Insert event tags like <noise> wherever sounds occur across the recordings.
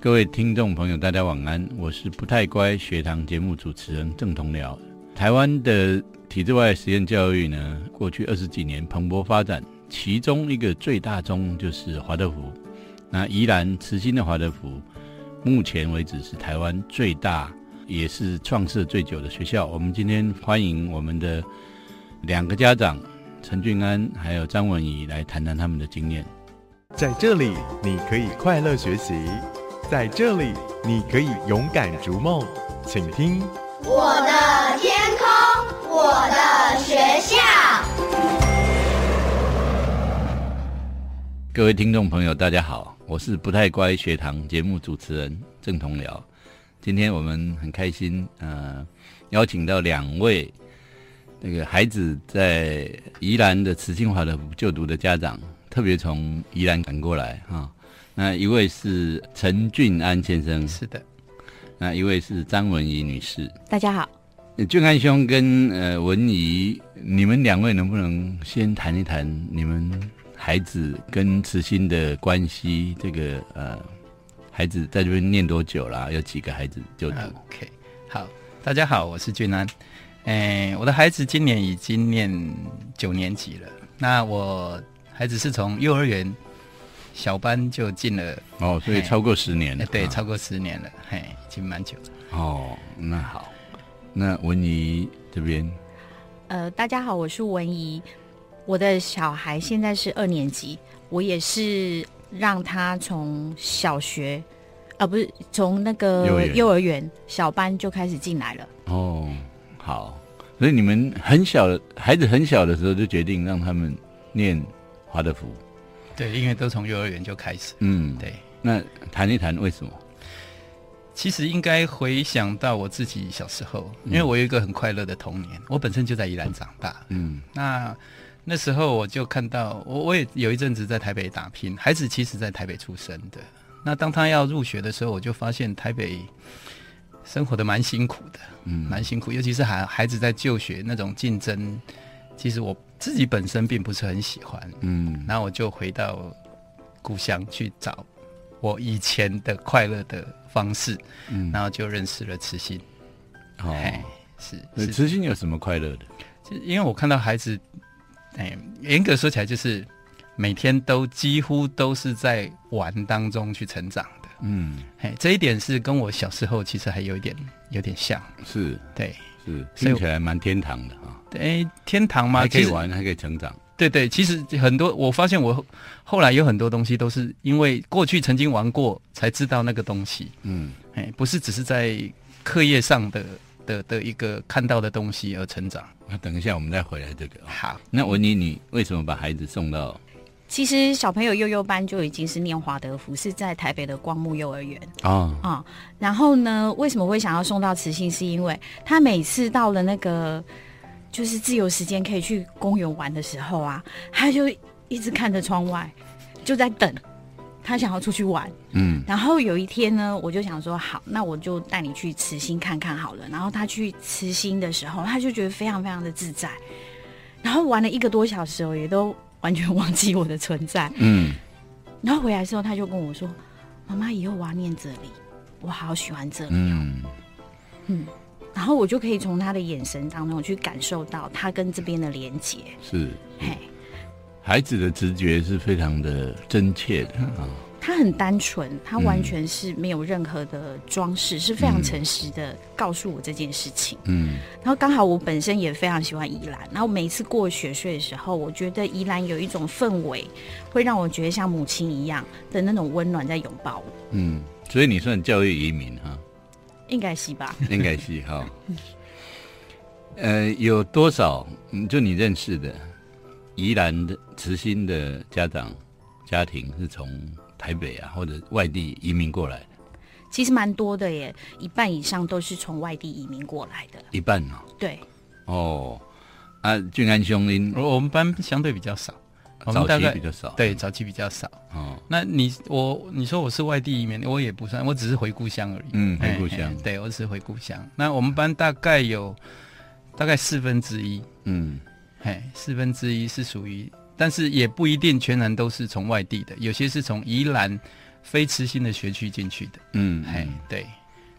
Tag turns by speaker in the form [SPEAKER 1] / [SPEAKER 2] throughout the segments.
[SPEAKER 1] 各位听众朋友，大家晚安，我是不太乖学堂节目主持人郑同僚。台湾的体制外实验教育呢，过去二十几年蓬勃发展，其中一个最大宗就是华德福。那宜兰慈心的华德福，目前为止是台湾最大，也是创设最久的学校。我们今天欢迎我们的两个家长陈俊安还有张文怡来谈谈他们的经验。
[SPEAKER 2] 在这里，你可以快乐学习；在这里，你可以勇敢逐梦。请听，
[SPEAKER 3] 我的天空，我的学校。
[SPEAKER 1] 各位听众朋友，大家好，我是不太乖学堂节目主持人郑同僚。今天我们很开心，呃，邀请到两位那个孩子在宜兰的慈清华的就读的家长，特别从宜兰赶过来哈、那一位是陈俊安先生，
[SPEAKER 4] 是的，
[SPEAKER 1] 那一位是张文怡女士。
[SPEAKER 5] 大家好，
[SPEAKER 1] 呃俊安兄跟呃文怡，你们两位能不能先谈一谈你们孩子跟慈心的关系？这个呃，孩子在这边念多久啦？有几个孩子就读？
[SPEAKER 4] OK，好，大家好，我是俊安。哎，我的孩子今年已经念九年级了。那我孩子是从幼儿园小班就进了，
[SPEAKER 1] 哦，所以
[SPEAKER 4] 嘿
[SPEAKER 1] 超过十年了。
[SPEAKER 4] 哎，对，
[SPEAKER 1] 啊
[SPEAKER 4] 超过十年了，嘿，已经蛮久了。
[SPEAKER 1] 哦，那好，那文怡这边
[SPEAKER 5] 呃，大家好，我是文怡，我的小孩现在是二年级，我也是让他从小学，啊、不是从那
[SPEAKER 1] 幼儿
[SPEAKER 5] 个
[SPEAKER 1] 园
[SPEAKER 5] 幼儿园小班就开始进来了。
[SPEAKER 1] 哦，好，所以你们很小的孩子很小的时候就决定让他们念华德福。
[SPEAKER 4] 对，因为都从幼儿园就开始。
[SPEAKER 1] 嗯，
[SPEAKER 4] 对，
[SPEAKER 1] 那谈一谈为什么？
[SPEAKER 4] 其实应该回想到我自己小时候，因为我有一个很快乐的童年，我本身就在宜兰长大。
[SPEAKER 1] 嗯
[SPEAKER 4] 那那时候我就看到，我我也有一阵子在台北打拼，孩子其实在台北出生的。那当他要入学的时候，我就发现台北生活的蛮辛苦的，
[SPEAKER 1] 嗯
[SPEAKER 4] 蛮辛苦，尤其是孩孩子在就学那种竞争，其实我自己本身并不是很喜欢。
[SPEAKER 1] 嗯
[SPEAKER 4] 然后我就回到故乡去找我以前的快乐的方式，
[SPEAKER 1] 嗯，
[SPEAKER 4] 然后就认识了慈心。嘿
[SPEAKER 1] 哦，
[SPEAKER 4] 是
[SPEAKER 1] 所以
[SPEAKER 4] 是
[SPEAKER 1] 慈心有什么快乐的？
[SPEAKER 4] 就因为我看到孩子，哎、严格说起来就是每天都几乎都是在玩当中去成长的，
[SPEAKER 1] 嗯，
[SPEAKER 4] 哎、这一点是跟我小时候其实还有一点有点像，
[SPEAKER 1] 是
[SPEAKER 4] 对，
[SPEAKER 1] 是，
[SPEAKER 4] 所以
[SPEAKER 1] 听
[SPEAKER 4] 我
[SPEAKER 1] 起来蛮天堂的啊，
[SPEAKER 4] 哎、天堂嘛，
[SPEAKER 1] 还可以
[SPEAKER 4] 其实，
[SPEAKER 1] 玩，还可以成长。
[SPEAKER 4] 对对，其实很多我发现我后后来有很多东西都是因为过去曾经玩过才知道那个东西，
[SPEAKER 1] 嗯
[SPEAKER 4] 哎、不是只是在课业上的的的一个看到的东西而成长。
[SPEAKER 1] 那等一下我们再回来这个啊。
[SPEAKER 4] 好，
[SPEAKER 1] 那文妮，你为什么把孩子送到？
[SPEAKER 5] 其实小朋友幼幼班就已经是念华德福，是在台北的光木幼儿园。
[SPEAKER 1] 哦，
[SPEAKER 5] 啊、然后呢，为什么会想要送到慈心？是因为他每次到了那个就是自由时间可以去公园玩的时候啊，他就一直看着窗外，就在等他想要出去玩。
[SPEAKER 1] 嗯
[SPEAKER 5] 然后有一天呢，我就想说，好，那我就带你去慈心看看好了。然后他去慈心的时候，他就觉得非常非常的自在，然后玩了一个多小时哦，也都完全忘记我的存在。
[SPEAKER 1] 嗯，
[SPEAKER 5] 然后回来之后，他就跟我说：“妈妈，以后我要念这里，我好喜欢这里。哦
[SPEAKER 1] 嗯
[SPEAKER 5] 然后我就可以从他的眼神当中去感受到他跟这边的连接。
[SPEAKER 1] 是
[SPEAKER 5] 嘿，
[SPEAKER 1] 孩子的直觉是非常的真切的啊。
[SPEAKER 5] 他很单纯，他完全是没有任何的装饰，是非常诚实的告诉我这件事情。
[SPEAKER 1] 嗯
[SPEAKER 5] 然后刚好我本身也非常喜欢宜兰，然后每一次过雪岁的时候，我觉得宜兰有一种氛围，会让我觉得像母亲一样的那种温暖在拥抱我，
[SPEAKER 1] 嗯，所以你算教育移民哈、
[SPEAKER 5] 应该是吧？
[SPEAKER 1] <laughs> 应该是哈。呃，有多少嗯就你认识的宜兰的慈心的家长家庭是从台北啊或者外地移民过来的？
[SPEAKER 5] 其实蛮多的耶，一半以上都是从外地移民过来的。
[SPEAKER 1] 一半哦。
[SPEAKER 5] 对，
[SPEAKER 1] 哦，啊，俊安兄您
[SPEAKER 4] 我我们班相对比较少，哦我们
[SPEAKER 1] 早
[SPEAKER 4] 大
[SPEAKER 1] 期
[SPEAKER 4] 概
[SPEAKER 1] 比较少。
[SPEAKER 4] 对早期比较少。
[SPEAKER 1] 哦，
[SPEAKER 4] 那你我你说我是外地移民，我也不算，我只是回故乡而已。
[SPEAKER 1] 嗯回故乡
[SPEAKER 4] 哎哎对我只是回故乡。那我们班大概有大概四分之一，
[SPEAKER 1] 嗯
[SPEAKER 4] 嘿，四分之一是属于，但是也不一定全然都是从外地的，有些是从宜兰非慈心的学区进去的。
[SPEAKER 1] 嗯，
[SPEAKER 4] 哎、
[SPEAKER 1] 嗯
[SPEAKER 4] 对，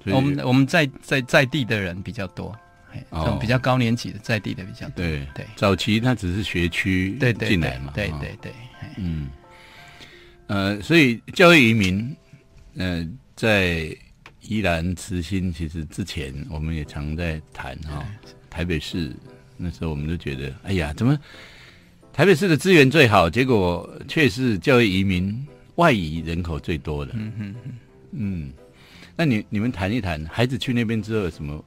[SPEAKER 1] 所以
[SPEAKER 4] 我们我们在在在地的人比较多，哎，这
[SPEAKER 1] 哦
[SPEAKER 4] 种比较高年级的在地的比较多。
[SPEAKER 1] 对
[SPEAKER 4] 对
[SPEAKER 1] 早期它只是学区
[SPEAKER 4] 对对
[SPEAKER 1] 进来嘛，
[SPEAKER 4] 对
[SPEAKER 1] 啊
[SPEAKER 4] 对对，哎
[SPEAKER 1] 嗯，呃，所以教育移民，呃，在宜兰慈心，其实之前我们也常在谈哈、台北市那时候我们都觉得，哎呀，怎么台北市的资源最好，结果却是教育移民外移人口最多的。嗯嗯，那你你们谈一谈，孩子去那边之后有什么，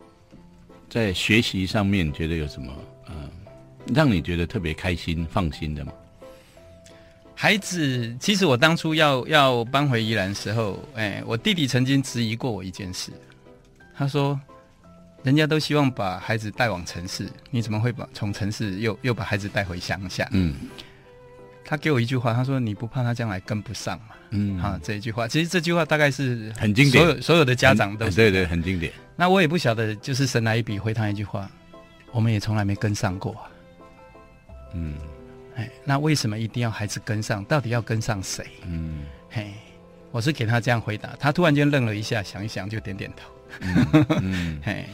[SPEAKER 1] 在学习上面觉得有什么呃，让你觉得特别开心、放心的吗？
[SPEAKER 4] 孩子，其实我当初要要搬回宜兰时候，哎，我弟弟曾经质疑过我一件事，他说，人家都希望把孩子带往城市，你怎么会把从城市又 <laughs> 又把孩子带回乡下？
[SPEAKER 1] 嗯
[SPEAKER 4] 他给我一句话，他说你不怕他将来跟不上吗？
[SPEAKER 1] 嗯
[SPEAKER 4] 啊，这一句话，其实这句话大概是
[SPEAKER 1] 很经典
[SPEAKER 4] 所有所有的家长都
[SPEAKER 1] 很哎
[SPEAKER 4] 是。
[SPEAKER 1] 对对，很
[SPEAKER 4] <laughs>
[SPEAKER 1] 经典。
[SPEAKER 4] 那我也不晓得，就是神来一笔，回他一句话，我们也从来没跟上过啊。
[SPEAKER 1] 嗯
[SPEAKER 4] 哎，那为什么一定要孩子跟上？到底要跟上谁？
[SPEAKER 1] 嗯
[SPEAKER 4] 嘿，我是给他这样回答，他突然间愣了一下，想一想就点点头。
[SPEAKER 1] 嗯，
[SPEAKER 4] 嘿，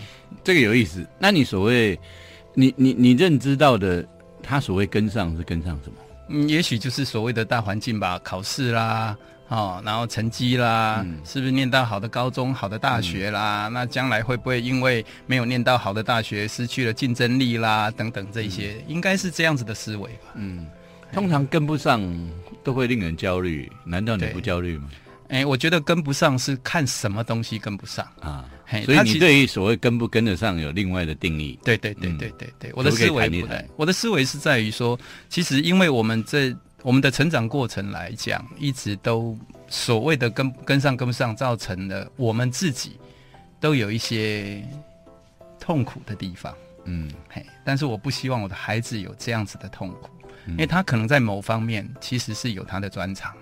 [SPEAKER 1] 这个有意思。那你所谓，你你你认知到的，他所谓跟上是跟上什么？
[SPEAKER 4] 嗯，也许就是所谓的大环境吧，考试啦，哦，然后成绩啦，
[SPEAKER 1] 嗯
[SPEAKER 4] 是不是念到好的高中、好的大学啦？那将来会不会因为没有念到好的大学，失去了竞争力啦？等等这一些，应该是这样子的思维吧。
[SPEAKER 1] 嗯，通常跟不上都会令人焦虑，难道你不焦虑吗？
[SPEAKER 4] 哎，我觉得跟不上是看什么东西跟不上。
[SPEAKER 1] 啊
[SPEAKER 4] 嘿，
[SPEAKER 1] 所以
[SPEAKER 4] 他其
[SPEAKER 1] 你
[SPEAKER 4] 实
[SPEAKER 1] 对于所谓跟不跟得上有另外的定义。
[SPEAKER 4] 对对对
[SPEAKER 1] 嗯
[SPEAKER 4] 对对对，我的
[SPEAKER 1] 可不可以
[SPEAKER 4] 思维
[SPEAKER 1] 谈一
[SPEAKER 4] 不
[SPEAKER 1] 谈
[SPEAKER 4] 太，我的思维是在于说，其实因为我们这我们的成长过程来讲，一直都所谓的跟跟上跟不上，造成了我们自己都有一些痛苦的地方。
[SPEAKER 1] 嗯
[SPEAKER 4] 嘿，但是我不希望我的孩子有这样子的痛苦，
[SPEAKER 1] 嗯
[SPEAKER 4] 因为他可能在某方面其实是有他的专长，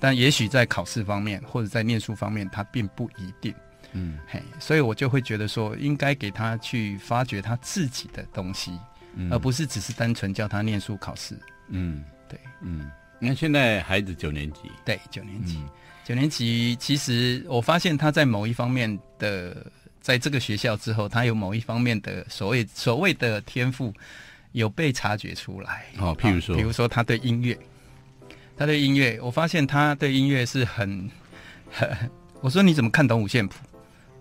[SPEAKER 4] 但也许在考试方面或者在念书方面，他并不一定。
[SPEAKER 1] 嗯
[SPEAKER 4] 嘿，所以我就会觉得说，应该给他去发掘他自己的东西，而不是只是单纯叫他念书考试。
[SPEAKER 1] 嗯
[SPEAKER 4] 对
[SPEAKER 1] 嗯。那现在孩子九年级，
[SPEAKER 4] 对，九年
[SPEAKER 1] 嗯
[SPEAKER 4] 级，九年级其实我发现他在某一方面的，在这个学校之后，他有某一方面的所谓所谓的天赋有被察觉出来。
[SPEAKER 1] 哦譬如说
[SPEAKER 4] 啊比如说他对音乐，他对音乐，我发现他对音乐是很，我说你怎么看懂五线谱？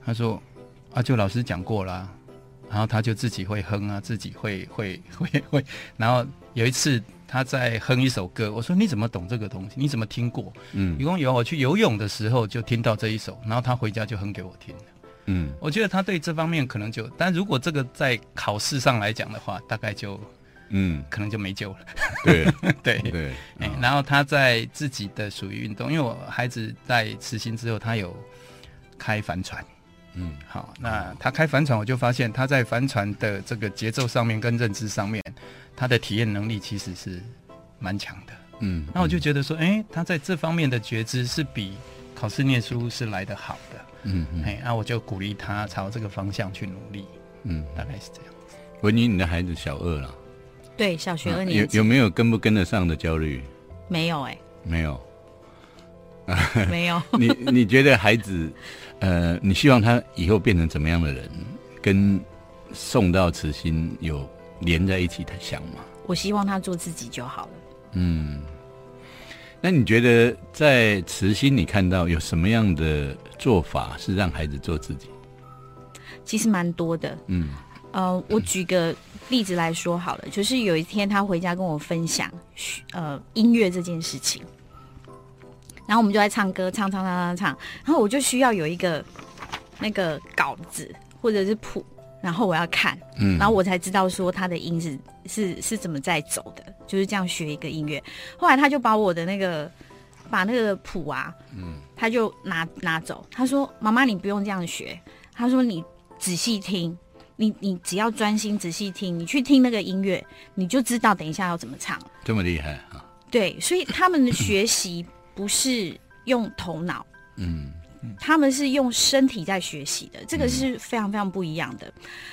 [SPEAKER 4] 他说啊，就老师讲过啦、然后他就自己会哼啊，自己会会会会。然后有一次他在哼一首歌，我说你怎么懂这个东西？你怎么听过？
[SPEAKER 1] 嗯
[SPEAKER 4] 一共有我去游泳的时候就听到这一首，然后他回家就哼给我听。
[SPEAKER 1] 嗯
[SPEAKER 4] 我觉得他对这方面可能就，但如果这个在考试上来讲的话，大概就 <laughs>
[SPEAKER 1] 嗯，
[SPEAKER 4] 可能就没救了。
[SPEAKER 1] 对
[SPEAKER 4] 对，
[SPEAKER 1] 对，
[SPEAKER 4] 哎、
[SPEAKER 1] 啊
[SPEAKER 4] 然后他在自己的属于运动，因为我孩子在慈心之后，他有开帆船。
[SPEAKER 1] 嗯
[SPEAKER 4] 好，那他开帆船，我就发现他在帆船的这个节奏上面跟认知上面，他的体验能力其实是蛮强的。
[SPEAKER 1] 嗯，
[SPEAKER 4] 那我就觉得说，哎、他在这方面的觉知是比考试念书是来得好的。
[SPEAKER 1] 嗯嗯
[SPEAKER 4] 哎、那我就鼓励他朝这个方向去努力，
[SPEAKER 1] 嗯，
[SPEAKER 4] 大概是这样。
[SPEAKER 1] 文妮，你的孩子小二了，
[SPEAKER 5] 对，小学二
[SPEAKER 1] 啊有
[SPEAKER 5] 年级、
[SPEAKER 1] 有没有跟不跟得上的焦虑？
[SPEAKER 5] 没有
[SPEAKER 1] <laughs>
[SPEAKER 5] 哎、
[SPEAKER 1] 没有。
[SPEAKER 5] 没有。 <laughs>
[SPEAKER 1] 你你觉得孩子，呃，你希望他以后变成怎么样的人，跟送到慈心有连在一起的想吗？
[SPEAKER 5] 我希望他做自己就好了。
[SPEAKER 1] 嗯，那你觉得在慈心你看到有什么样的做法是让孩子做自己？
[SPEAKER 5] 其实蛮多的。
[SPEAKER 1] 嗯
[SPEAKER 5] 呃，我举个例子来说好了，就是有一天他回家跟我分享，呃，音乐这件事情，然后我们就在唱歌，唱唱唱唱唱，然后我就需要有一个那个稿子或者是谱，然后我要看，
[SPEAKER 1] 嗯
[SPEAKER 5] 然后我才知道说他的音是是是怎么在走的，就是这样学一个音乐。后来他就把我的那个把那个谱啊，他就拿拿走，他说：“妈妈，你不用这样学。”他说：“你仔细听，你你只要专心仔细听，你去听那个音乐，你就知道等一下要怎么唱。
[SPEAKER 1] 这么厉害啊？”
[SPEAKER 5] 对，所以他们的学习不是用头脑，
[SPEAKER 1] 嗯
[SPEAKER 5] 他们是用身体在学习的，这个是非常非常不一样的。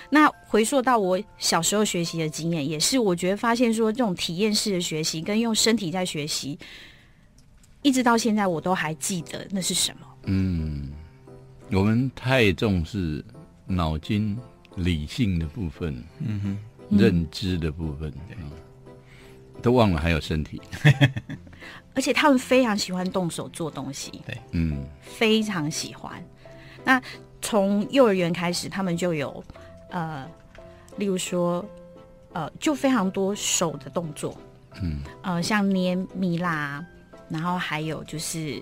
[SPEAKER 5] 那回溯到我小时候学习的经验，也是我觉得发现说，这种体验式的学习跟用身体在学习，一直到现在我都还记得那是什么。
[SPEAKER 1] 嗯，我们太重视脑筋理性的部分，
[SPEAKER 4] 嗯哼，
[SPEAKER 1] 认知的部分，啊都忘了还有身体。
[SPEAKER 5] 而且他们非常喜欢动手做东西，
[SPEAKER 1] 嗯，
[SPEAKER 5] 非常喜欢。那从幼儿园开始，他们就有呃，例如说呃，就非常多手的动作，
[SPEAKER 1] 嗯，
[SPEAKER 5] 呃，像捏蜜蜡，然后还有就是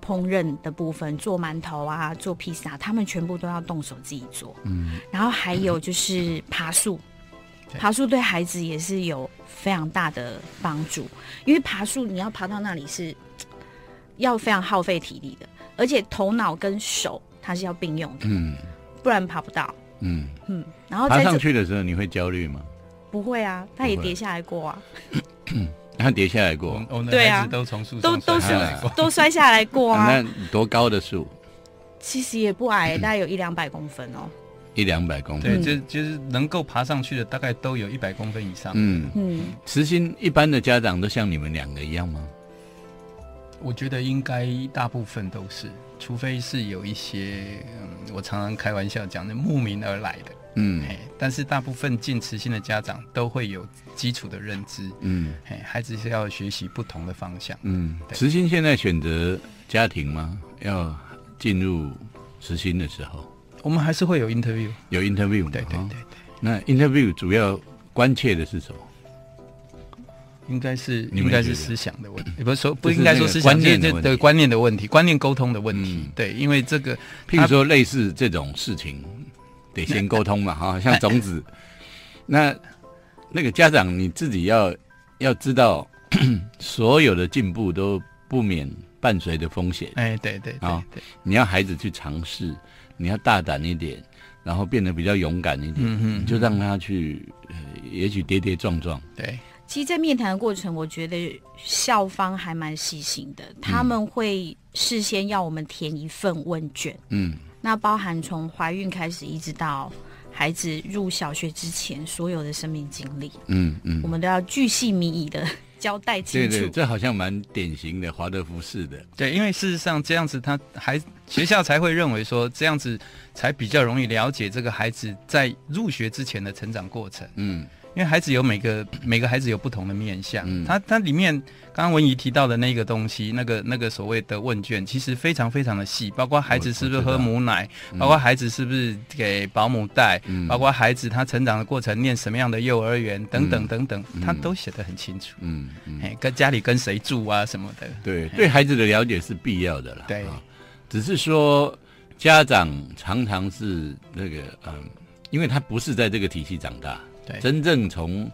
[SPEAKER 5] 烹饪的部分，做馒头啊，做披萨，他们全部都要动手自己做。嗯，然后还有就是爬树。
[SPEAKER 4] 对
[SPEAKER 5] 爬树对孩子也是有非常大的帮助，因为爬树你要爬到那里是要非常耗费体力的，而且头脑跟手它是要并用的，
[SPEAKER 1] 嗯
[SPEAKER 5] 不然爬不到。
[SPEAKER 1] 嗯，
[SPEAKER 5] 嗯，然后
[SPEAKER 1] 爬
[SPEAKER 5] 在
[SPEAKER 1] 上
[SPEAKER 5] 这
[SPEAKER 1] 去的时候你会焦虑吗？
[SPEAKER 5] 不会啊，他也
[SPEAKER 1] 不会
[SPEAKER 5] 跌下来过啊，
[SPEAKER 1] 他跌下来过
[SPEAKER 4] 我，我们
[SPEAKER 5] 对
[SPEAKER 4] 的
[SPEAKER 5] 啊
[SPEAKER 4] 孩子都从树
[SPEAKER 5] 都
[SPEAKER 4] 上
[SPEAKER 5] 都
[SPEAKER 4] 摔下来
[SPEAKER 1] 啊
[SPEAKER 4] 过，
[SPEAKER 5] <laughs> 都摔下来过啊
[SPEAKER 1] <laughs> 那。多高的树？
[SPEAKER 5] 其实也不矮，大概有一两百公分哦。
[SPEAKER 1] 一两百公
[SPEAKER 5] 嗯
[SPEAKER 4] 对，
[SPEAKER 1] 分。
[SPEAKER 4] 就就是能够爬上去的，大概都有一百公分以上。
[SPEAKER 1] 嗯，
[SPEAKER 5] 嗯，
[SPEAKER 1] 慈心一般的家长都像你们两个一样吗？
[SPEAKER 4] 我觉得应该大部分都是，除非是有一些，嗯，我常常开玩笑讲的慕名而来的，
[SPEAKER 1] 嗯
[SPEAKER 4] 哎，但是大部分进慈心的家长都会有基础的认知，
[SPEAKER 1] 嗯
[SPEAKER 4] 哎，孩子是要学习不同的方向。
[SPEAKER 1] 嗯。
[SPEAKER 4] 对
[SPEAKER 1] 慈心现在选择家庭吗？要进入慈心的时候
[SPEAKER 4] 我们还是
[SPEAKER 1] 嗯
[SPEAKER 4] 会有 interview，
[SPEAKER 1] 有 interview 嘛
[SPEAKER 4] 对对
[SPEAKER 1] 哦
[SPEAKER 4] 对对，
[SPEAKER 1] 那 interview 主要关切的是什么？
[SPEAKER 4] 应该是
[SPEAKER 1] 你们
[SPEAKER 4] 应该
[SPEAKER 1] 觉
[SPEAKER 4] 是
[SPEAKER 1] 得
[SPEAKER 4] 思想的问题，
[SPEAKER 1] <laughs>
[SPEAKER 4] 也不是说不
[SPEAKER 1] 就是
[SPEAKER 4] 应该
[SPEAKER 1] 那
[SPEAKER 4] 说
[SPEAKER 1] 个
[SPEAKER 4] 思想，
[SPEAKER 1] 观念的
[SPEAKER 4] 这
[SPEAKER 1] 问
[SPEAKER 4] 对
[SPEAKER 1] 题
[SPEAKER 4] 观念的问题，观念沟通的问题，
[SPEAKER 1] 嗯
[SPEAKER 4] 对，因为这个
[SPEAKER 1] 譬如说类似这种事情，得先沟通嘛， <laughs> 哈，像种子，那那个家长你自己要要知道， <clears throat> 所有的进步都不免伴随着风险，
[SPEAKER 4] 哎，对对对
[SPEAKER 1] 好
[SPEAKER 4] 对，
[SPEAKER 1] 你要孩子去尝试，你要大胆一点，然后变得比较勇敢一点，
[SPEAKER 4] 嗯
[SPEAKER 1] 你
[SPEAKER 4] 嗯，
[SPEAKER 1] 就让他去，呃，也许跌跌撞撞，
[SPEAKER 4] 对，
[SPEAKER 5] 其实，在面谈的过程，我觉得校方还蛮细心的，他们会事先要我们填一份问卷，
[SPEAKER 1] 嗯
[SPEAKER 5] 那包含从怀孕开始一直到孩子入小学之前所有的生命经历，
[SPEAKER 1] 嗯嗯
[SPEAKER 5] 我，们都要巨细靡遗的 <laughs> 交代
[SPEAKER 1] 对
[SPEAKER 5] 清楚。
[SPEAKER 1] 对，这好像蛮典型的华德福式的，
[SPEAKER 4] 对，因为事实上这样子，他还学校才会认为说这样子才比较容易了解这个孩子在入学之前的成长过程。
[SPEAKER 1] 嗯
[SPEAKER 4] 因为孩子有每个每个孩子有不同的面相，
[SPEAKER 1] 嗯
[SPEAKER 4] 他他里面刚刚文怡提到的那个东西，那个那个所谓的问卷，其实非常非常的细，包括孩子是不是
[SPEAKER 1] 我知道
[SPEAKER 4] 喝母奶，包括孩子是不是给保姆带，
[SPEAKER 1] 嗯
[SPEAKER 4] 包括孩子他成长的过程念什么样的幼儿园等等等等，他都写得很清楚。
[SPEAKER 1] 嗯嗯。
[SPEAKER 4] 哎、跟家里跟谁住啊什么的，
[SPEAKER 5] 哎
[SPEAKER 1] 对，对孩子的了解是必要的啦。
[SPEAKER 4] 对
[SPEAKER 1] 啊只是说家长常常是那个嗯，因为他不是在这个体系长大，
[SPEAKER 4] 对
[SPEAKER 1] 真正从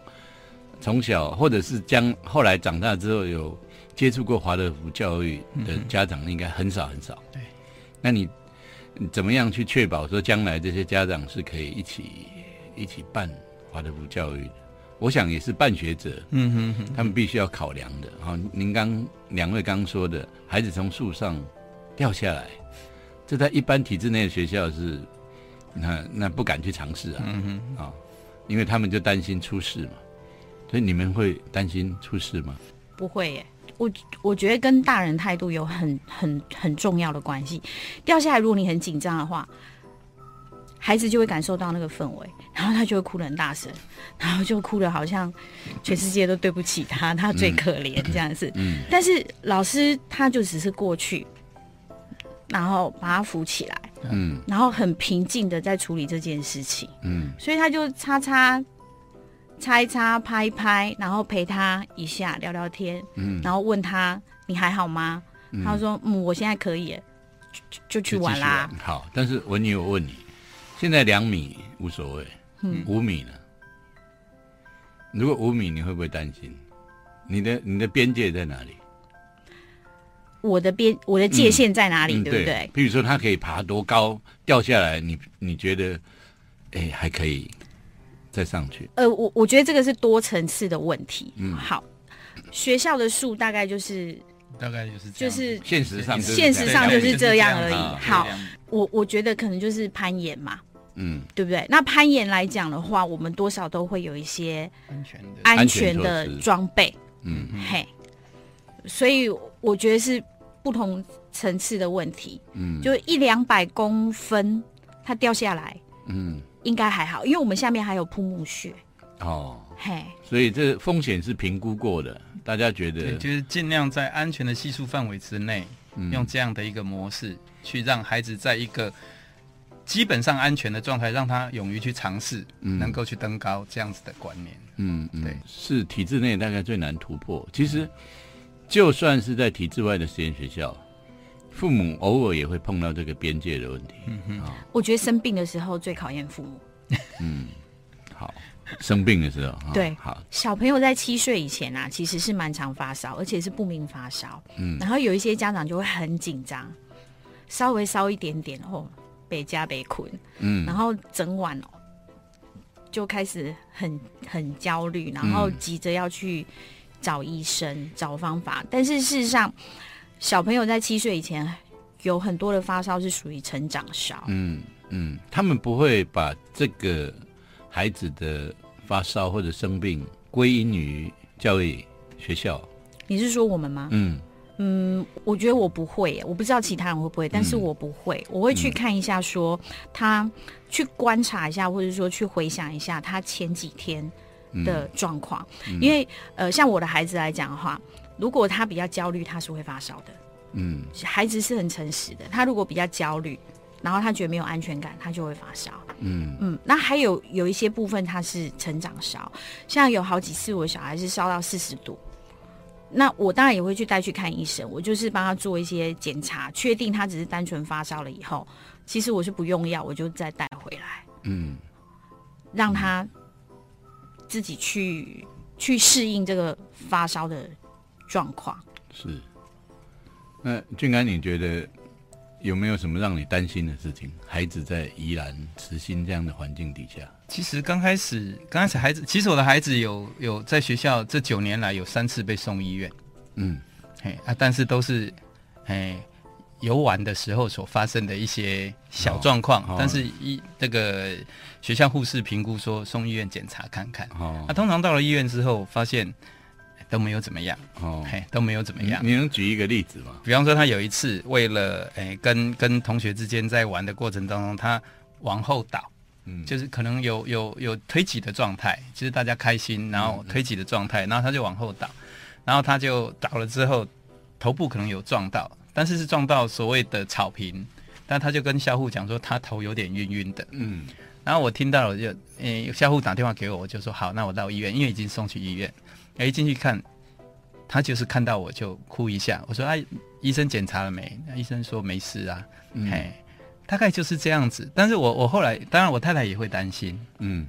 [SPEAKER 1] 从小或者是将后来长大之后有接触过华德福教育的家长，应该很少很少。
[SPEAKER 4] 对，
[SPEAKER 1] 那你你怎么样去确保说将来这些家长是可以一起一起办华德福教育的？我想也是办学者，
[SPEAKER 4] 嗯哼哼，
[SPEAKER 1] 他们必须要考量的。好、您刚两位刚说的，孩子从树上掉下来，这在一般体制内的学校是，那那不敢去尝试啊，
[SPEAKER 4] 嗯哼。
[SPEAKER 1] 啊、因为他们就担心出事嘛。所以你们会担心出事吗？
[SPEAKER 5] 不会耶，我我觉得跟大人态度有很很很重要的关系。掉下来，如果你很紧张的话，孩子就会感受到那个氛围，然后他就会哭得很大声，然后就哭得好像全世界都对不起他，他最可怜这样子。
[SPEAKER 1] 嗯
[SPEAKER 5] 但是老师他就只是过去，然后把他扶起来，
[SPEAKER 1] 嗯
[SPEAKER 5] 然后很平静的在处理这件事情。
[SPEAKER 1] 嗯
[SPEAKER 5] 所以他就擦擦、擦一擦、拍一拍，然后陪他一下聊聊天，
[SPEAKER 1] 嗯，
[SPEAKER 5] 然后问他你还好吗？他说嗯，我现在可以耶，就就就去玩啦
[SPEAKER 1] 就继。续玩啊好，但是文宇，我问你，现在两米无所谓，
[SPEAKER 5] 嗯
[SPEAKER 1] 五米呢？如果五米，你会不会担心？你的你的边界在哪里？
[SPEAKER 5] 我的边，我的界限在哪里，
[SPEAKER 1] 嗯，
[SPEAKER 5] 对不对？
[SPEAKER 1] 比如说，他可以爬多高，掉下来，你你觉得，哎，还可以再上去。
[SPEAKER 5] 呃，我我觉得这个是多层次的问题。
[SPEAKER 1] 嗯
[SPEAKER 5] 好，学校的树大概就是
[SPEAKER 4] 大概就是这
[SPEAKER 5] 就
[SPEAKER 4] 样
[SPEAKER 5] 是
[SPEAKER 1] 现实上就是这
[SPEAKER 5] 现
[SPEAKER 1] 样，
[SPEAKER 5] 实上就是这样而已
[SPEAKER 4] 对就是这
[SPEAKER 5] 好
[SPEAKER 4] 样
[SPEAKER 5] 我我觉得可能就是攀岩嘛，
[SPEAKER 1] 嗯
[SPEAKER 5] 对不对？那攀岩来讲的话，我们多少都会有一些
[SPEAKER 4] 安全的，
[SPEAKER 5] 安
[SPEAKER 1] 安全
[SPEAKER 5] 全的
[SPEAKER 1] 措施
[SPEAKER 5] 装备。
[SPEAKER 1] 嗯
[SPEAKER 5] 嘿，所以我觉得是不同层次的问题。
[SPEAKER 1] 嗯
[SPEAKER 5] 就一两百公分，它掉下来
[SPEAKER 1] 嗯，
[SPEAKER 5] 应该还好，因为我们下面还有铺木屑。
[SPEAKER 1] 哦，
[SPEAKER 5] 嘿，
[SPEAKER 1] 所以这风险是评估过的，大家觉
[SPEAKER 4] 对，
[SPEAKER 1] 得
[SPEAKER 4] 就是尽量在安全的系数范围之内，
[SPEAKER 1] 嗯
[SPEAKER 4] 用这样的一个模式去让孩子在一个基本上安全的状态，让他勇于去尝试，
[SPEAKER 1] 嗯
[SPEAKER 4] 能够去登高这样子的观念。
[SPEAKER 1] 嗯，嗯
[SPEAKER 4] 对，
[SPEAKER 1] 是体制内大概最难突破。其实，就算是在体制外的实验学校，父母偶尔也会碰到这个边界的问题。嗯
[SPEAKER 5] 我觉得生病的时候最考验父母。
[SPEAKER 1] 好，生病的时候，哈
[SPEAKER 5] 对
[SPEAKER 1] 好，
[SPEAKER 5] 小朋友在七岁以前啊，其实是蛮常发烧，而且是不明发烧。
[SPEAKER 1] 嗯
[SPEAKER 5] 然后有一些家长就会很紧张，稍微烧一点点哦，北加北困，
[SPEAKER 1] 嗯
[SPEAKER 5] 然后整晚哦就开始很很焦虑，
[SPEAKER 1] 嗯
[SPEAKER 5] 然后急着要去找医生、找方法。但是事实上，小朋友在七岁以前有很多的发烧是属于成长烧，
[SPEAKER 1] 嗯嗯，他们不会把这个孩子的发烧或者生病归因于教育学校。
[SPEAKER 5] 你是说我们吗？
[SPEAKER 1] 嗯
[SPEAKER 5] 嗯，我觉得我不会耶，我不知道其他人会不会，
[SPEAKER 1] 嗯
[SPEAKER 5] 但是我不会，我会去看一下说，他去观察一下，或者说去回想一下他前几天
[SPEAKER 1] 嗯
[SPEAKER 5] 的状况，因为呃，像我的孩子来讲的话，如果他比较焦虑，他是会发烧的。
[SPEAKER 1] 嗯
[SPEAKER 5] 孩子是很诚实的，他如果比较焦虑，然后他觉得没有安全感，他就会发烧。
[SPEAKER 1] 嗯
[SPEAKER 5] 嗯，那还有有一些部分它是成长烧，像有好几次我小孩是烧到四十度，那我当然也会去带去看医生，我就是帮他做一些检查，确定他只是单纯发烧了以后，其实我是不用药，我就再带回来，
[SPEAKER 1] 嗯
[SPEAKER 5] 让他自己去去适应这个发烧的状况。
[SPEAKER 1] 是。那俊安，你觉得有没有什么让你担心的事情？孩子在宜兰、慈心这样的环境底下，
[SPEAKER 4] 其实刚开始，刚开始孩子，其实我的孩子有有在学校这九年来有三次被送医院，
[SPEAKER 1] 嗯
[SPEAKER 4] 嘿啊，但是都是，哎，游玩的时候所发生的一些小状况，
[SPEAKER 1] 哦哦
[SPEAKER 4] 但是医这个学校护士评估说送医院检查看看，
[SPEAKER 1] 哦
[SPEAKER 4] 啊，通常到了医院之后发现哎都没有怎么样，
[SPEAKER 1] 哦，
[SPEAKER 4] 嘿，哎都没有怎么
[SPEAKER 1] 你
[SPEAKER 4] 样。
[SPEAKER 1] 你能举一个例子吗？
[SPEAKER 4] 比方说，他有一次为了诶、跟跟同学之间在玩的过程当中，他往后倒，
[SPEAKER 1] 嗯
[SPEAKER 4] 就是可能有有有推挤的状态，就是大家开心，然
[SPEAKER 1] 嗯
[SPEAKER 4] 后推挤的状态，然后他就往后倒，然后他就倒了之后，头部可能有撞到，但是是撞到所谓的草坪，但他就跟校护讲说他头有点晕晕的，
[SPEAKER 1] 嗯
[SPEAKER 4] 然后我听到了就，诶、校护打电话给我，我就说好，那我到医院，因为已经送去医院。诶，一进去看，他就是看到我就哭一下。我说哎、医生检查了没？那医生说没事啊。
[SPEAKER 1] 嗯
[SPEAKER 4] 嘿，大概就是这样子。但是我我后来，当然我太太也会担心。
[SPEAKER 1] 嗯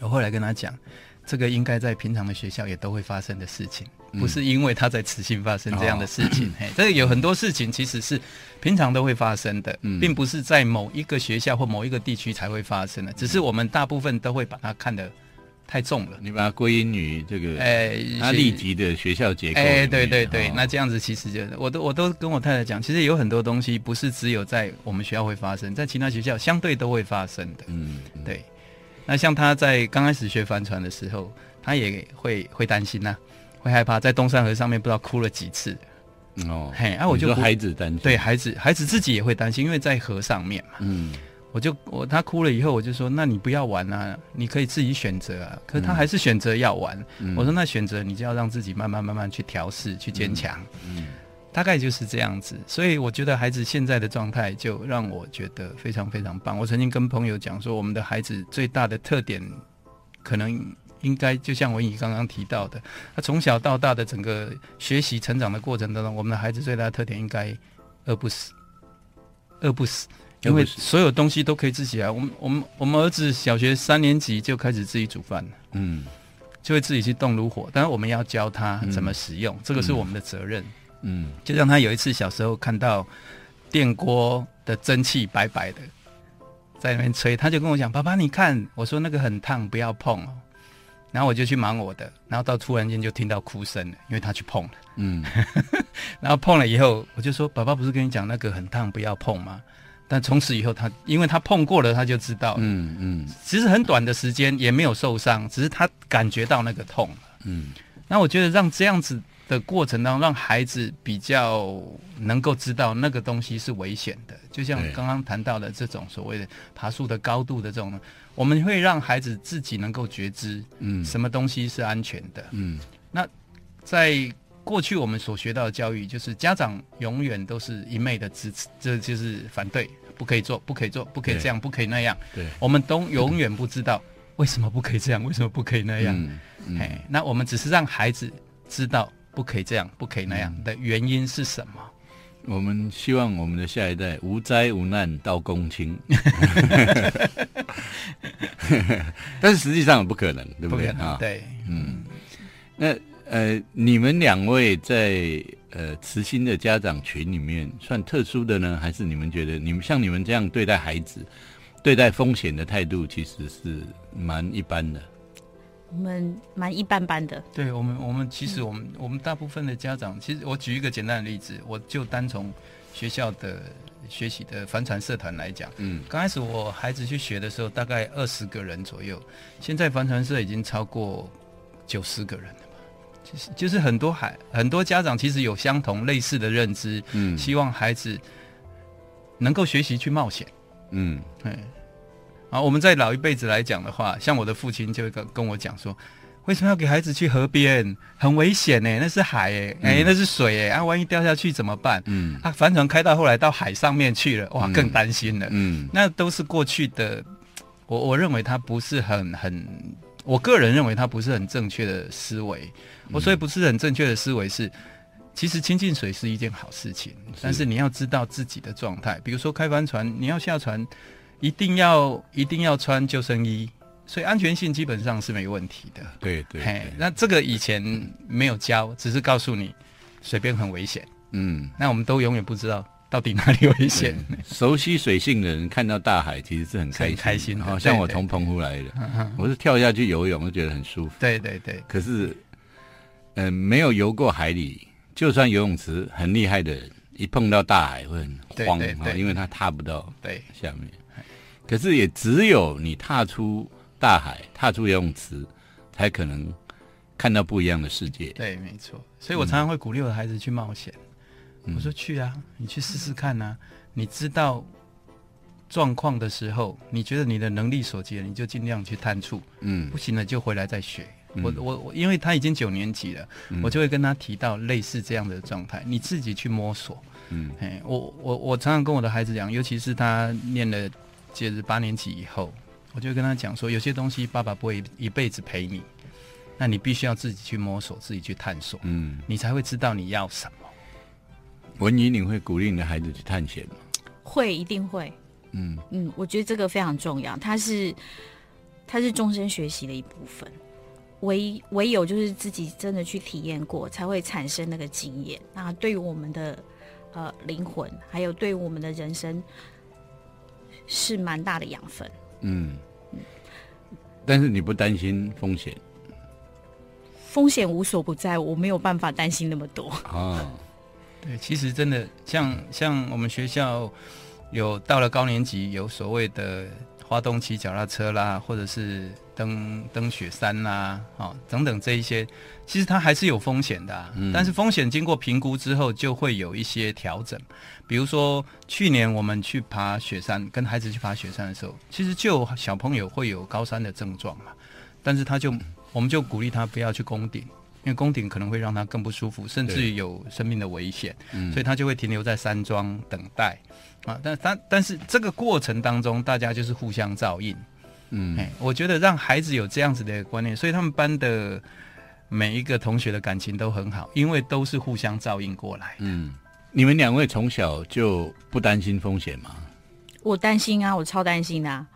[SPEAKER 4] 我后来跟她讲，这个应该在平常的学校也都会发生的事情，
[SPEAKER 1] 嗯哦
[SPEAKER 4] 不是因为他在慈心发生这样的事情。嘿，这个有很多事情其实是平常都会发生的，
[SPEAKER 1] 嗯
[SPEAKER 4] 并不是在某一个学校或某一个地区才会发
[SPEAKER 1] 嗯
[SPEAKER 4] 生的，只是我们大部分都会把它看得太重了。
[SPEAKER 1] 你把它归因于这个，
[SPEAKER 4] 哎、
[SPEAKER 1] 他立即的学校结构里面。
[SPEAKER 4] 哎，对对对，
[SPEAKER 1] 哦
[SPEAKER 4] 那这样子其实就我都我都跟我太太讲，其实有很多东西不是只有在我们学校会发生，在其他学校相对都会发生的。
[SPEAKER 1] 嗯嗯
[SPEAKER 4] 对，那像他在刚开始学帆船的时候，他也会会担心呐、会害怕，在东山河上面不知道哭了几次。
[SPEAKER 1] 嗯哦，
[SPEAKER 4] 嘿啊我
[SPEAKER 1] 你
[SPEAKER 4] 就
[SPEAKER 1] 说
[SPEAKER 4] 不
[SPEAKER 1] 孩子担心，
[SPEAKER 4] 对啊孩子，孩子自己也会担心，因为在河上面嘛。
[SPEAKER 1] 嗯
[SPEAKER 4] 我就我他哭了以后，我就说，那你不要玩啊，你可以自己选择啊。可是他还是选择要玩。
[SPEAKER 1] 嗯
[SPEAKER 4] 我说，那选择你就要让自己慢慢慢慢去调试，去坚强。
[SPEAKER 1] 嗯
[SPEAKER 4] 大概就是这样子，所以我觉得孩子现在的状态就让我觉得非常非常棒。我曾经跟朋友讲说，我们的孩子最大的特点，可能应该就像文怡刚刚提到的，他从小到大的整个学习成长的过程当中，我们的孩子最大的特点应该饿不死，饿不死，因
[SPEAKER 1] 饿
[SPEAKER 4] 为
[SPEAKER 1] 不死
[SPEAKER 4] 所有东西都可以自己来。我们我们我们儿子小学三年级就开始自己煮饭了。
[SPEAKER 1] 嗯
[SPEAKER 4] 就会自己去动炉火，当然我们要教他怎么使用，这个是
[SPEAKER 1] 嗯
[SPEAKER 4] 我们的责任。
[SPEAKER 1] 嗯
[SPEAKER 4] 就像他有一次小时候看到电锅的蒸汽白白的在那边吹，他就跟我讲：“爸爸，你看。”我说：“那个很烫，不要碰哦。”然后我就去忙我的，然后到突然间就听到哭声了，因为他去碰了。
[SPEAKER 1] 嗯
[SPEAKER 4] 然后碰了以后，我就说：“爸爸不是跟你讲那个很烫，不要碰吗？”但从此以后他，因为他碰过了，他就知道了。
[SPEAKER 1] 嗯嗯
[SPEAKER 4] 其实很短的时间也没有受伤，只是他感觉到那个痛了。
[SPEAKER 1] 嗯，
[SPEAKER 4] 那我觉得让这样子的过程当中，让孩子比较能够知道那个东西是危险的。就像
[SPEAKER 1] 对
[SPEAKER 4] 刚刚谈到的这种所谓的爬树的高度的这种，我们会让孩子自己能够觉知
[SPEAKER 1] 嗯
[SPEAKER 4] 什么东西是安全的。
[SPEAKER 1] 嗯
[SPEAKER 4] 在过去我们所学到的教育，就是家长永远都是一昧的支持，这就是反对，不可以做，不可以做，不可以
[SPEAKER 1] 对
[SPEAKER 4] 这样，不可以那样。
[SPEAKER 1] 对
[SPEAKER 4] 我们都永远不知道为什么不可以这样，为什么不可以那样。
[SPEAKER 1] 嗯嗯
[SPEAKER 4] 哎，那我们只是让孩子知道不可以这样，不可以那
[SPEAKER 1] 嗯
[SPEAKER 4] 样的原因是什么？
[SPEAKER 1] 我们希望我们的下一代无灾无难到公
[SPEAKER 4] <laughs>
[SPEAKER 1] 卿，但是实际上也不可能，对不对
[SPEAKER 4] 可能
[SPEAKER 1] 啊？
[SPEAKER 4] 对，
[SPEAKER 1] 那呃，你们两位在呃慈心的家长群里面算特殊的呢，还是你们觉得你们像你们这样对待孩子、对待风险的态度，其实是蛮一般的？
[SPEAKER 5] 我们蛮一般般的，
[SPEAKER 4] 对我们，我们其实我们我们大部分的家长，其实我举一个简单的例子，我就单从学校的学习的帆船社团来讲，
[SPEAKER 1] 嗯
[SPEAKER 4] 刚开始我孩子去学的时候，大概二十个人左右，现在帆船社已经超过九十个人了吧？就是就是很多孩很多家长其实有相同类似的认知，
[SPEAKER 1] 嗯
[SPEAKER 4] 希望孩子能够学习去冒险。
[SPEAKER 1] 嗯
[SPEAKER 4] 嗯，啊，我们在老一辈子来讲的话，像我的父亲就会跟跟我讲说，为什么要给孩子去河边？很危险呢，那是海哎，哎、那是水哎，啊，万一掉下去怎么办？
[SPEAKER 1] 嗯
[SPEAKER 4] 啊，帆船开到后来到海上面去了，哇，
[SPEAKER 1] 嗯
[SPEAKER 4] 更担心了。
[SPEAKER 1] 嗯
[SPEAKER 4] 那都是过去的，我我认为它不是很很，我个人认为它不是很正确的思维。我所以不是很正确的思维是，其实亲近水是一件好事情，但是你要知道自己的状态。比如说开帆船，你要下船，一定要一定要穿救生衣，所以安全性基本上是没问题的。
[SPEAKER 1] 对对
[SPEAKER 4] 嘿
[SPEAKER 1] 对，，
[SPEAKER 4] 那这个以前没有教，只是告诉你水边很危险。
[SPEAKER 1] 嗯。
[SPEAKER 4] 那我们都永远不知道到底哪里危险。
[SPEAKER 1] 熟悉水性的人看到大海，其实是很开心
[SPEAKER 4] 是很开心的
[SPEAKER 1] 好、
[SPEAKER 4] 对
[SPEAKER 1] 像我
[SPEAKER 4] 对嗯
[SPEAKER 1] 从澎湖来的，我是跳下去游泳，就觉得很舒服。
[SPEAKER 4] 对 <laughs> 对对，
[SPEAKER 1] 可是，嗯、没有游过海里，就算游泳池很厉害的人，一碰到大海会很慌
[SPEAKER 4] 对对
[SPEAKER 1] 啊，
[SPEAKER 4] 对
[SPEAKER 1] 因为他踏不到
[SPEAKER 4] 对
[SPEAKER 1] 下面。可是也只有你踏出大海，踏出游泳池，才可能看到不一样的世界。
[SPEAKER 4] 对，没错。嗯所以我常常会鼓励我的孩子去冒险。我说去啊，你去试试看啊。你知道状况的时候，你觉得你的能力所及了，你就尽量去探触。
[SPEAKER 1] 嗯
[SPEAKER 4] 不行了就回来再学。我我我，因为他已经九年级了，我就会跟他提到类似这样的状态，你自己去摸索。
[SPEAKER 1] 嗯，
[SPEAKER 4] 哎，我我我常常跟我的孩子讲，尤其是他念了就是八年级以后，我就会跟他讲说，有些东西爸爸不会一辈子陪你，那你必须要自己去摸索，自己去探索，
[SPEAKER 1] 嗯，
[SPEAKER 4] 你才会知道你要什么。
[SPEAKER 1] 文怡，你会鼓励你的孩子去探险吗？
[SPEAKER 5] 会一定会。
[SPEAKER 1] 嗯
[SPEAKER 5] 嗯，我觉得这个非常重要，它是它是终身学习的一部分。唯唯有就是自己真的去体验过，才会产生那个经验。那对于我们的呃灵魂，还有对于我们的人生，是蛮大的养分。
[SPEAKER 1] 嗯，但是你不担心风险
[SPEAKER 5] 风险无所不在，我没有办法担心那么多。
[SPEAKER 1] 啊、
[SPEAKER 5] <laughs>
[SPEAKER 1] 哦？
[SPEAKER 4] 对，其实真的像像我们学校有到了高年级，有所谓的花东骑脚踏车啦，或者是登登雪山啦，哦等等这一些，其实它还是有风险的、啊。但是风险经过评估之后，就会有一些调整。比如说去年我们去爬雪山，跟孩子去爬雪山的时候，其实就有小朋友会有高山的症状嘛，但是他就我们就鼓励他不要去攻顶。因为攻顶可能会让他更不舒服，甚至
[SPEAKER 1] 对
[SPEAKER 4] 于有生命的危险，
[SPEAKER 1] 嗯
[SPEAKER 4] 所以他就会停留在山庄等待啊。但但但是这个过程当中，大家就是互相照应。
[SPEAKER 1] 嗯
[SPEAKER 4] 哎，我觉得让孩子有这样子的观念，所以他们班的每一个同学的感情都很好，因为都是互相照应过来。
[SPEAKER 1] 嗯，你们两位从小就不担心风险吗？
[SPEAKER 5] 我担心啊，我超担心的、啊。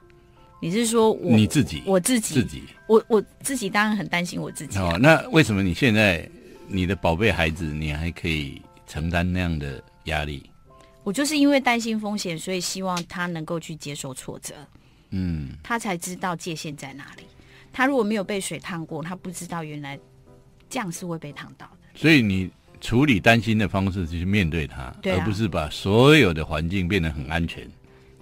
[SPEAKER 5] 你是说我
[SPEAKER 1] 你自己
[SPEAKER 5] 我自己，
[SPEAKER 1] 自己
[SPEAKER 5] 我我自己当然很担心我自己、啊
[SPEAKER 1] 哦，。那为什么你现在你的宝贝孩子，你还可以承担那样的压力？
[SPEAKER 5] 我就是因为担心风险，所以希望他能够去接受挫折，
[SPEAKER 1] 嗯
[SPEAKER 5] 他才知道界限在哪里。他如果没有被水烫过，他不知道原来这样是会被烫到
[SPEAKER 1] <laughs>
[SPEAKER 5] 的。
[SPEAKER 1] 所以你处理担心的方式是去面对它，
[SPEAKER 5] 对啊
[SPEAKER 1] 而不是把所有的环境变得很安全。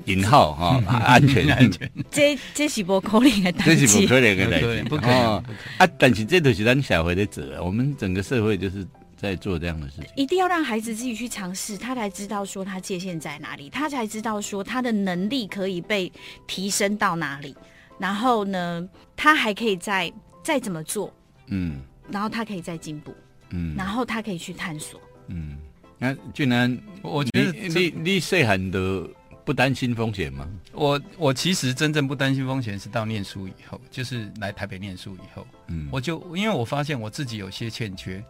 [SPEAKER 1] 引号
[SPEAKER 5] <laughs>
[SPEAKER 1] 哈、安全安全，
[SPEAKER 5] 这这是波口令的
[SPEAKER 1] 这
[SPEAKER 5] 担
[SPEAKER 1] 是不
[SPEAKER 5] 心，
[SPEAKER 1] 可能的代
[SPEAKER 4] 不可能
[SPEAKER 1] 志
[SPEAKER 4] 不可能
[SPEAKER 1] 哦啊！但是这都是咱社会在做的，我们整个社会就是在做这样的事情。
[SPEAKER 5] 一定要让孩子自己去尝试，他才知道说他界限在哪里，他才知道说他的能力可以被提升到哪里，然后呢，他还可以再再怎么做，
[SPEAKER 1] 嗯
[SPEAKER 5] 然后他可以再进步，
[SPEAKER 1] 嗯
[SPEAKER 5] 然后他可以去探索。
[SPEAKER 1] 嗯，那俊南，
[SPEAKER 4] 我我觉
[SPEAKER 1] 你
[SPEAKER 4] 得这
[SPEAKER 1] 你你细汉的不担心风险吗？
[SPEAKER 4] 我我其实真正不担心风险是到念书以后，就是来台北念书以后，
[SPEAKER 1] 嗯，
[SPEAKER 4] 我就因为我发现我自己有些欠缺，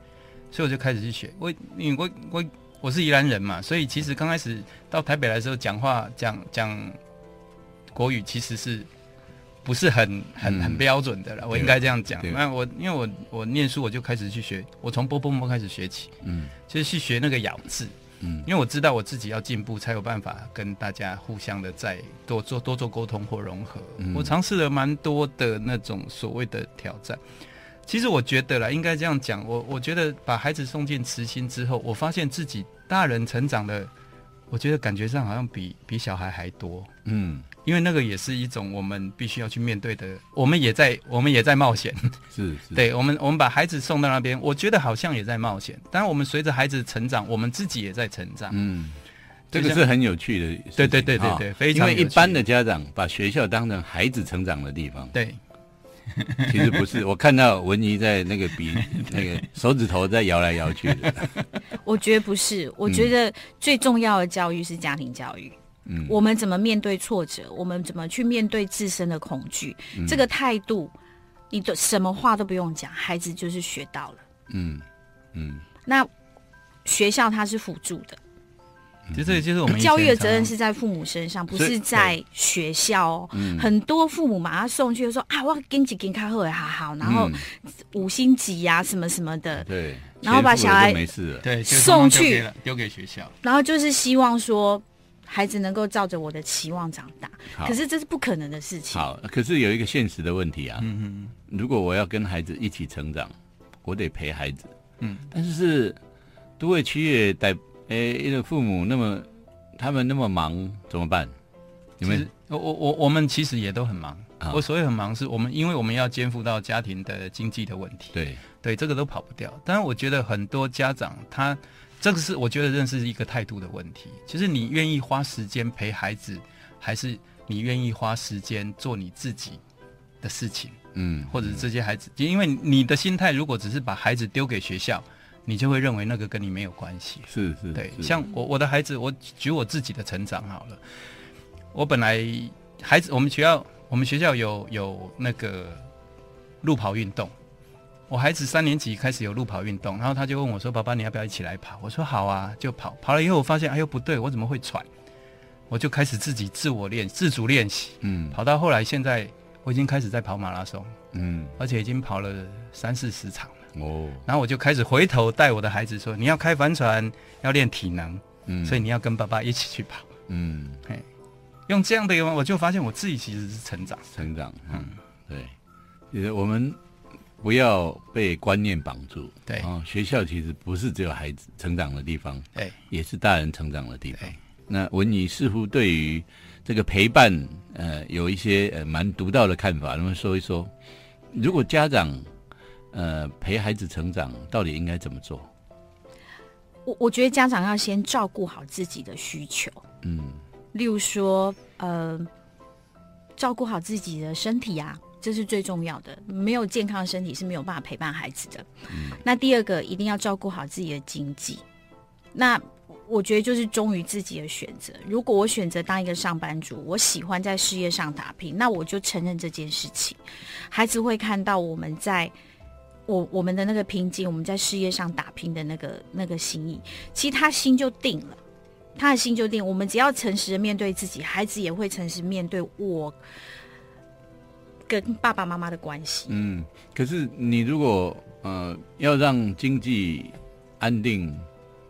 [SPEAKER 4] 所以我就开始去学。我因为我我我是宜兰人嘛，所以其实刚开始到台北来的时候，讲话讲讲国语其实是不是很很
[SPEAKER 1] 嗯
[SPEAKER 4] 很标准的了，我
[SPEAKER 1] 对
[SPEAKER 4] 应该这样讲
[SPEAKER 1] 对。
[SPEAKER 4] 那我因为我我念书我就开始去学，我从波波摸开始学起，
[SPEAKER 1] 嗯
[SPEAKER 4] 就是去学那个咬字。
[SPEAKER 1] 嗯
[SPEAKER 4] 因为我知道我自己要进步，才有办法跟大家互相的再多做多做沟通或融合。
[SPEAKER 1] 嗯
[SPEAKER 4] 我尝试了蛮多的那种所谓的挑战。其实我觉得啦，应该这样讲，我我觉得把孩子送进慈心之后，我发现自己大人成长的，我觉得感觉上好像比比小孩还多，
[SPEAKER 1] 嗯，
[SPEAKER 4] 因为那个也是一种我们必须要去面对的，我们也在我们也在冒险。
[SPEAKER 1] 是是，
[SPEAKER 4] 对我们，我们把孩子送到那边，我觉得好像也在冒险。当然，我们随着孩子成长，我们自己也在成长。
[SPEAKER 1] 嗯，这
[SPEAKER 4] 就
[SPEAKER 1] 个
[SPEAKER 4] 像
[SPEAKER 1] 是很有趣的事情，
[SPEAKER 4] 对对对对
[SPEAKER 1] 哈
[SPEAKER 4] 对非常
[SPEAKER 1] 因为一
[SPEAKER 4] 有趣
[SPEAKER 1] 般的家长把学校当成孩子成长的地方，
[SPEAKER 4] 对，
[SPEAKER 1] 其实不是。我看到文怡在那个
[SPEAKER 4] <laughs>
[SPEAKER 1] 比那个手指头在摇来摇去的，
[SPEAKER 5] 我觉得不是，我觉得最重要的教育是家庭教育。
[SPEAKER 1] 嗯
[SPEAKER 5] 我们怎么面对挫折？我们怎么去面对自身的恐惧？
[SPEAKER 1] 嗯
[SPEAKER 5] 这个态度，你的什么话都不用讲，孩子就是学到了。
[SPEAKER 1] 嗯嗯
[SPEAKER 5] 那学校它是辅助的，
[SPEAKER 1] 嗯
[SPEAKER 4] 就这就是我们以前
[SPEAKER 5] 教育的
[SPEAKER 4] 常
[SPEAKER 5] 责任是在父母身上，不是在学校哦。
[SPEAKER 1] 嗯
[SPEAKER 5] 很多父母把他送去就说啊，我跟几跟他喝还好，然后
[SPEAKER 1] 嗯
[SPEAKER 5] 五星级呀、什么什么的，
[SPEAKER 1] 对，
[SPEAKER 5] 然后把小孩
[SPEAKER 1] 前夫了就没事了，
[SPEAKER 4] 对就
[SPEAKER 5] 送
[SPEAKER 4] 通通
[SPEAKER 5] 去
[SPEAKER 4] 丢给了丢给学校。
[SPEAKER 5] 然后就是希望说孩子能够照着我的期望长大，
[SPEAKER 1] 好
[SPEAKER 5] 可是这是不可能的事情。
[SPEAKER 1] 好，可是有一个现实的问题啊，
[SPEAKER 4] 嗯
[SPEAKER 1] 如果我要跟孩子一起成长，我得陪孩子。
[SPEAKER 4] 嗯，
[SPEAKER 1] 但是是都会区也带诶，因为父母那么他们那么忙怎么办？你
[SPEAKER 4] 嗯，其
[SPEAKER 1] 们
[SPEAKER 4] 实我我我我们其实也都很忙。
[SPEAKER 1] 啊
[SPEAKER 4] 我所谓很忙，是我们因为我们要肩负到家庭的经济的问题，
[SPEAKER 1] 对
[SPEAKER 4] 对这个都跑不掉。但是我觉得很多家长他这个是我觉得认识一个态度的问题，就是你愿意花时间陪孩子，还是你愿意花时间做你自己的事情。
[SPEAKER 1] 嗯
[SPEAKER 4] 或者是这些孩子，因为你的心态如果只是把孩子丢给学校，你就会认为那个跟你没有关系。
[SPEAKER 1] 是是
[SPEAKER 4] 对，
[SPEAKER 1] 是
[SPEAKER 4] 像我我的孩子，我举我自己的成长好了，我本来孩子我们学校我们学校有有那个路跑运动，我孩子三年级开始有路跑运动，然后他就问我说：“爸爸，你要不要一起来跑？”我说：“好啊。”就跑跑了以后，我发现哎呦不对，我怎么会喘？我就开始自己自我练自主练习，
[SPEAKER 1] 嗯
[SPEAKER 4] 跑到后来现在我已经开始在跑马拉松。
[SPEAKER 1] 嗯
[SPEAKER 4] 而且已经跑了三四十场了。
[SPEAKER 1] 哦
[SPEAKER 4] 然后我就开始回头带我的孩子说：“你要开帆船，要练体能，
[SPEAKER 1] 嗯，
[SPEAKER 4] 所以你要跟爸爸一起去跑。
[SPEAKER 1] 嗯
[SPEAKER 4] 用这样的一个，我就发现我自己其实是成长。
[SPEAKER 1] 成长嗯对，也我们不要被观念绑住。
[SPEAKER 4] 对
[SPEAKER 1] 哦，学校其实不是只有孩子成长的地方，
[SPEAKER 4] 哎，
[SPEAKER 1] 也是大人成长的地方
[SPEAKER 4] 对。
[SPEAKER 1] 那文怡似乎对于这个陪伴，呃，有一些呃蛮独到的看法，能不能说一说？如果家长呃陪孩子成长，到底应该怎么做？
[SPEAKER 5] 我我觉得家长要先照顾好自己的需求，
[SPEAKER 1] 嗯
[SPEAKER 5] 例如说，呃，照顾好自己的身体啊，这是最重要的。没有健康的身体是没有办法陪伴孩子的。那第二个，一定要照顾好自己的经济。那我觉得就是忠于自己的选择。如果我选择当一个上班族，我喜欢在事业上打拼，那我就承认这件事情。孩子会看到我们在我我们的那个拼劲，我们在事业上打拼的那个那个心意，其实他心就定了。他的心就定，我们只要诚实的面对自己，孩子也会诚实面对我跟爸爸妈妈的关系。
[SPEAKER 1] 嗯。可是你如果呃要让经济安定，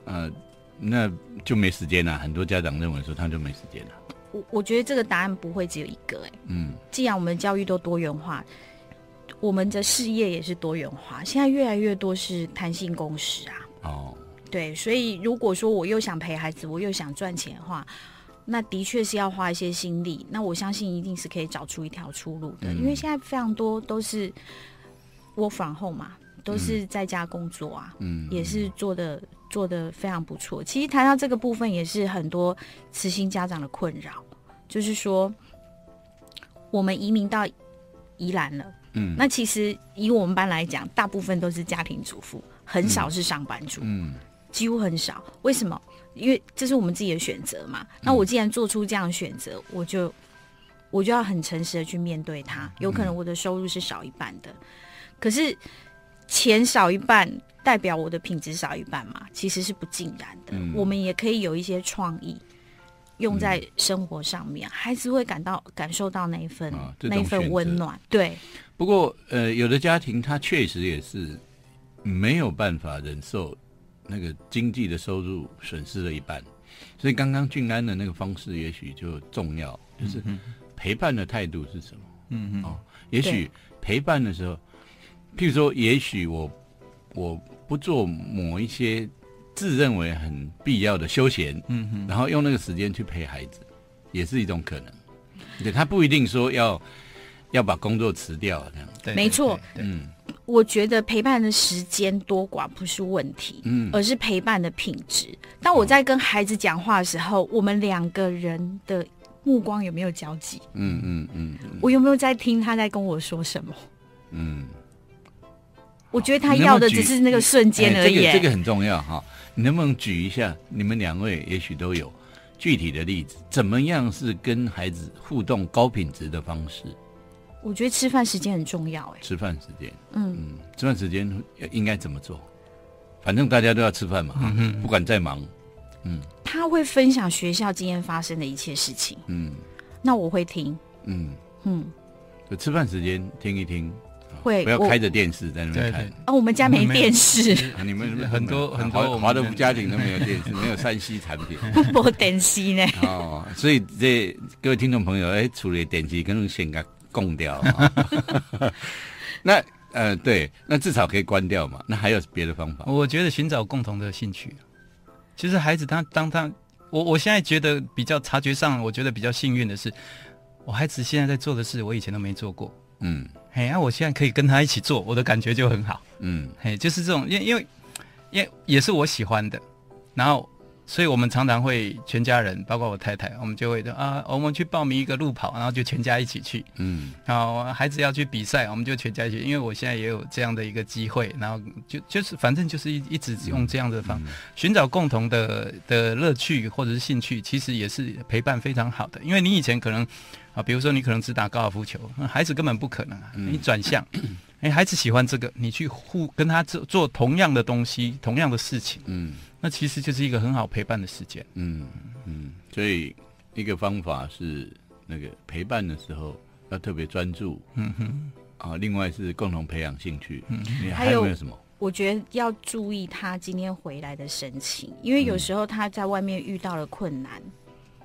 [SPEAKER 1] 呃，那就没时间了。很多家长认为说他就没时间了。
[SPEAKER 5] 我我觉得这个答案不会只有一个、欸，
[SPEAKER 1] 嗯
[SPEAKER 5] 既然我们教育都多元化，我们的事业也是多元化，现在越来越多是弹性工时啊。
[SPEAKER 1] 哦
[SPEAKER 5] 对，所以如果说我又想陪孩子，我又想赚钱的话，那的确是要花一些心力。那我相信一定是
[SPEAKER 1] 嗯
[SPEAKER 5] 可以找出一条出路的，因为现在非常多都是 work from home 嘛，都是在家工作啊，
[SPEAKER 1] 嗯，
[SPEAKER 5] 也是做的做的非常不错。其实谈到这个部分，也是很多慈心家长的困扰，就是说我们移民到宜兰了，
[SPEAKER 1] 嗯
[SPEAKER 5] 那其实以我们班来讲，大部分都是家庭主妇，很少是上班族，
[SPEAKER 1] 嗯
[SPEAKER 5] 几乎很少。为什么？因为这是我们自己的选择嘛。
[SPEAKER 1] 嗯
[SPEAKER 5] 那我既然做出这样的选择，我就我就要很诚实的去面对它。
[SPEAKER 1] 嗯
[SPEAKER 5] 有可能我的收入是少一半的，可是钱少一半，代表我的品质少一半嘛？其实是不尽然的。
[SPEAKER 1] 嗯
[SPEAKER 5] 我们也可以有一些创意。用在生活上面，孩子会感到感受到那一份、
[SPEAKER 1] 啊这种
[SPEAKER 5] 那一份
[SPEAKER 1] 选择
[SPEAKER 5] 温暖，对，
[SPEAKER 1] 不过，呃，有的家庭他确实也是没有办法忍受那个经济的收入损失了一半，所以刚刚俊安的那个方式也许就重要，就是陪伴的态度是什么？
[SPEAKER 4] 嗯
[SPEAKER 1] 哦，也许陪伴的时候，譬如说，也许我我不做某一些自认为很必要的休闲，
[SPEAKER 4] 嗯嗯
[SPEAKER 1] 然后用那个时间去陪孩子，也是一种可能。对他不一定说要要把工作辞掉啊这样。
[SPEAKER 4] 对，
[SPEAKER 5] 没错
[SPEAKER 4] 对，对
[SPEAKER 1] 嗯
[SPEAKER 5] 我觉得陪伴的时间多寡不是问题，
[SPEAKER 1] 嗯
[SPEAKER 5] 而是陪伴的品质。当我在跟孩子讲话的时候，我们两个人的目光有没有交集？
[SPEAKER 1] 嗯嗯嗯嗯
[SPEAKER 5] 我有没有在听他在跟我说什么？
[SPEAKER 1] 嗯，
[SPEAKER 5] 我觉得他
[SPEAKER 1] 你能
[SPEAKER 5] 要
[SPEAKER 1] 不能
[SPEAKER 5] 的
[SPEAKER 1] 举
[SPEAKER 5] 只是那个瞬间而
[SPEAKER 1] 哎这
[SPEAKER 5] 已。
[SPEAKER 1] 个这个很重要哈。你能不能举一下？你们两位也许都有具体的例子，怎么样是跟孩子互动高品质的方式？
[SPEAKER 5] 我觉得吃饭时间很重要、哎，
[SPEAKER 1] 吃饭时间，
[SPEAKER 5] 嗯，
[SPEAKER 1] 嗯，吃饭时间应该怎么做？反正大家都要吃饭嘛，
[SPEAKER 5] 嗯
[SPEAKER 1] 哈不管再忙，
[SPEAKER 5] 他会分享学校今天发生的一切事情，
[SPEAKER 1] 嗯
[SPEAKER 5] 那我会听，
[SPEAKER 1] 嗯，
[SPEAKER 5] 嗯，
[SPEAKER 1] 就吃饭时间听一听，啊
[SPEAKER 5] 会
[SPEAKER 1] 不要
[SPEAKER 5] 我
[SPEAKER 1] 开着电视在那边
[SPEAKER 4] 对
[SPEAKER 1] 看
[SPEAKER 4] 对。
[SPEAKER 5] 啊，我们家没
[SPEAKER 4] 没有
[SPEAKER 5] 电视，
[SPEAKER 1] <laughs> 啊你们
[SPEAKER 4] 很多
[SPEAKER 1] 啊
[SPEAKER 4] 很多
[SPEAKER 1] 华
[SPEAKER 4] 我们
[SPEAKER 1] 华德
[SPEAKER 4] 的
[SPEAKER 1] 福家庭都没有电视，没有山西产
[SPEAKER 4] <laughs>
[SPEAKER 1] 品。
[SPEAKER 5] 我电视呢。
[SPEAKER 1] <laughs> 哦，所以这各位听众朋友，哎，除了电视，可能先给它供掉。
[SPEAKER 4] <laughs>
[SPEAKER 1] 哦 <laughs> 那呃，对，那至少可以关掉嘛。那还有别的方法？
[SPEAKER 4] 我觉得寻找共同的兴趣，其实孩子他当他，我我现在觉得比较察觉上，我觉得比较幸运的是，我孩子现在在做的事，我以前都没做过。
[SPEAKER 1] 嗯
[SPEAKER 4] 嘿，啊那、我现在可以跟他一起做，我的感觉就很好。
[SPEAKER 1] 嗯
[SPEAKER 4] 嘿，就是这种，因为因为因为也是我喜欢的，然后所以我们常常会全家人，包括我太太，我们就会说啊，我们去报名一个路跑，然后就全家一起去。
[SPEAKER 1] 嗯
[SPEAKER 4] 然后孩子要去比赛，我们就全家一起，因为我现在也有这样的一个机会，然后就就是反正就是一一直用这样的方、寻找共同的的乐趣或者是兴趣，其实也是陪伴非常好的。因为你以前可能啊，比如说你可能只打高尔夫球，那孩子根本不可能啊，你转向，哎，孩子喜欢这个，你去互跟他做做同样的东西，同样的事情，
[SPEAKER 1] 嗯
[SPEAKER 4] 那其实就是一个很好陪伴的时间。
[SPEAKER 1] 嗯嗯。所以一个方法是那个陪伴的时候要特别专注
[SPEAKER 4] 嗯哼，
[SPEAKER 1] 啊，另外是共同培养兴趣。嗯，你
[SPEAKER 5] 还
[SPEAKER 1] 还有
[SPEAKER 5] 有
[SPEAKER 1] 没有什么？
[SPEAKER 5] 我觉得要注意他今天回来的神情，因
[SPEAKER 4] 嗯
[SPEAKER 5] 为有时候他在外面遇到了困难，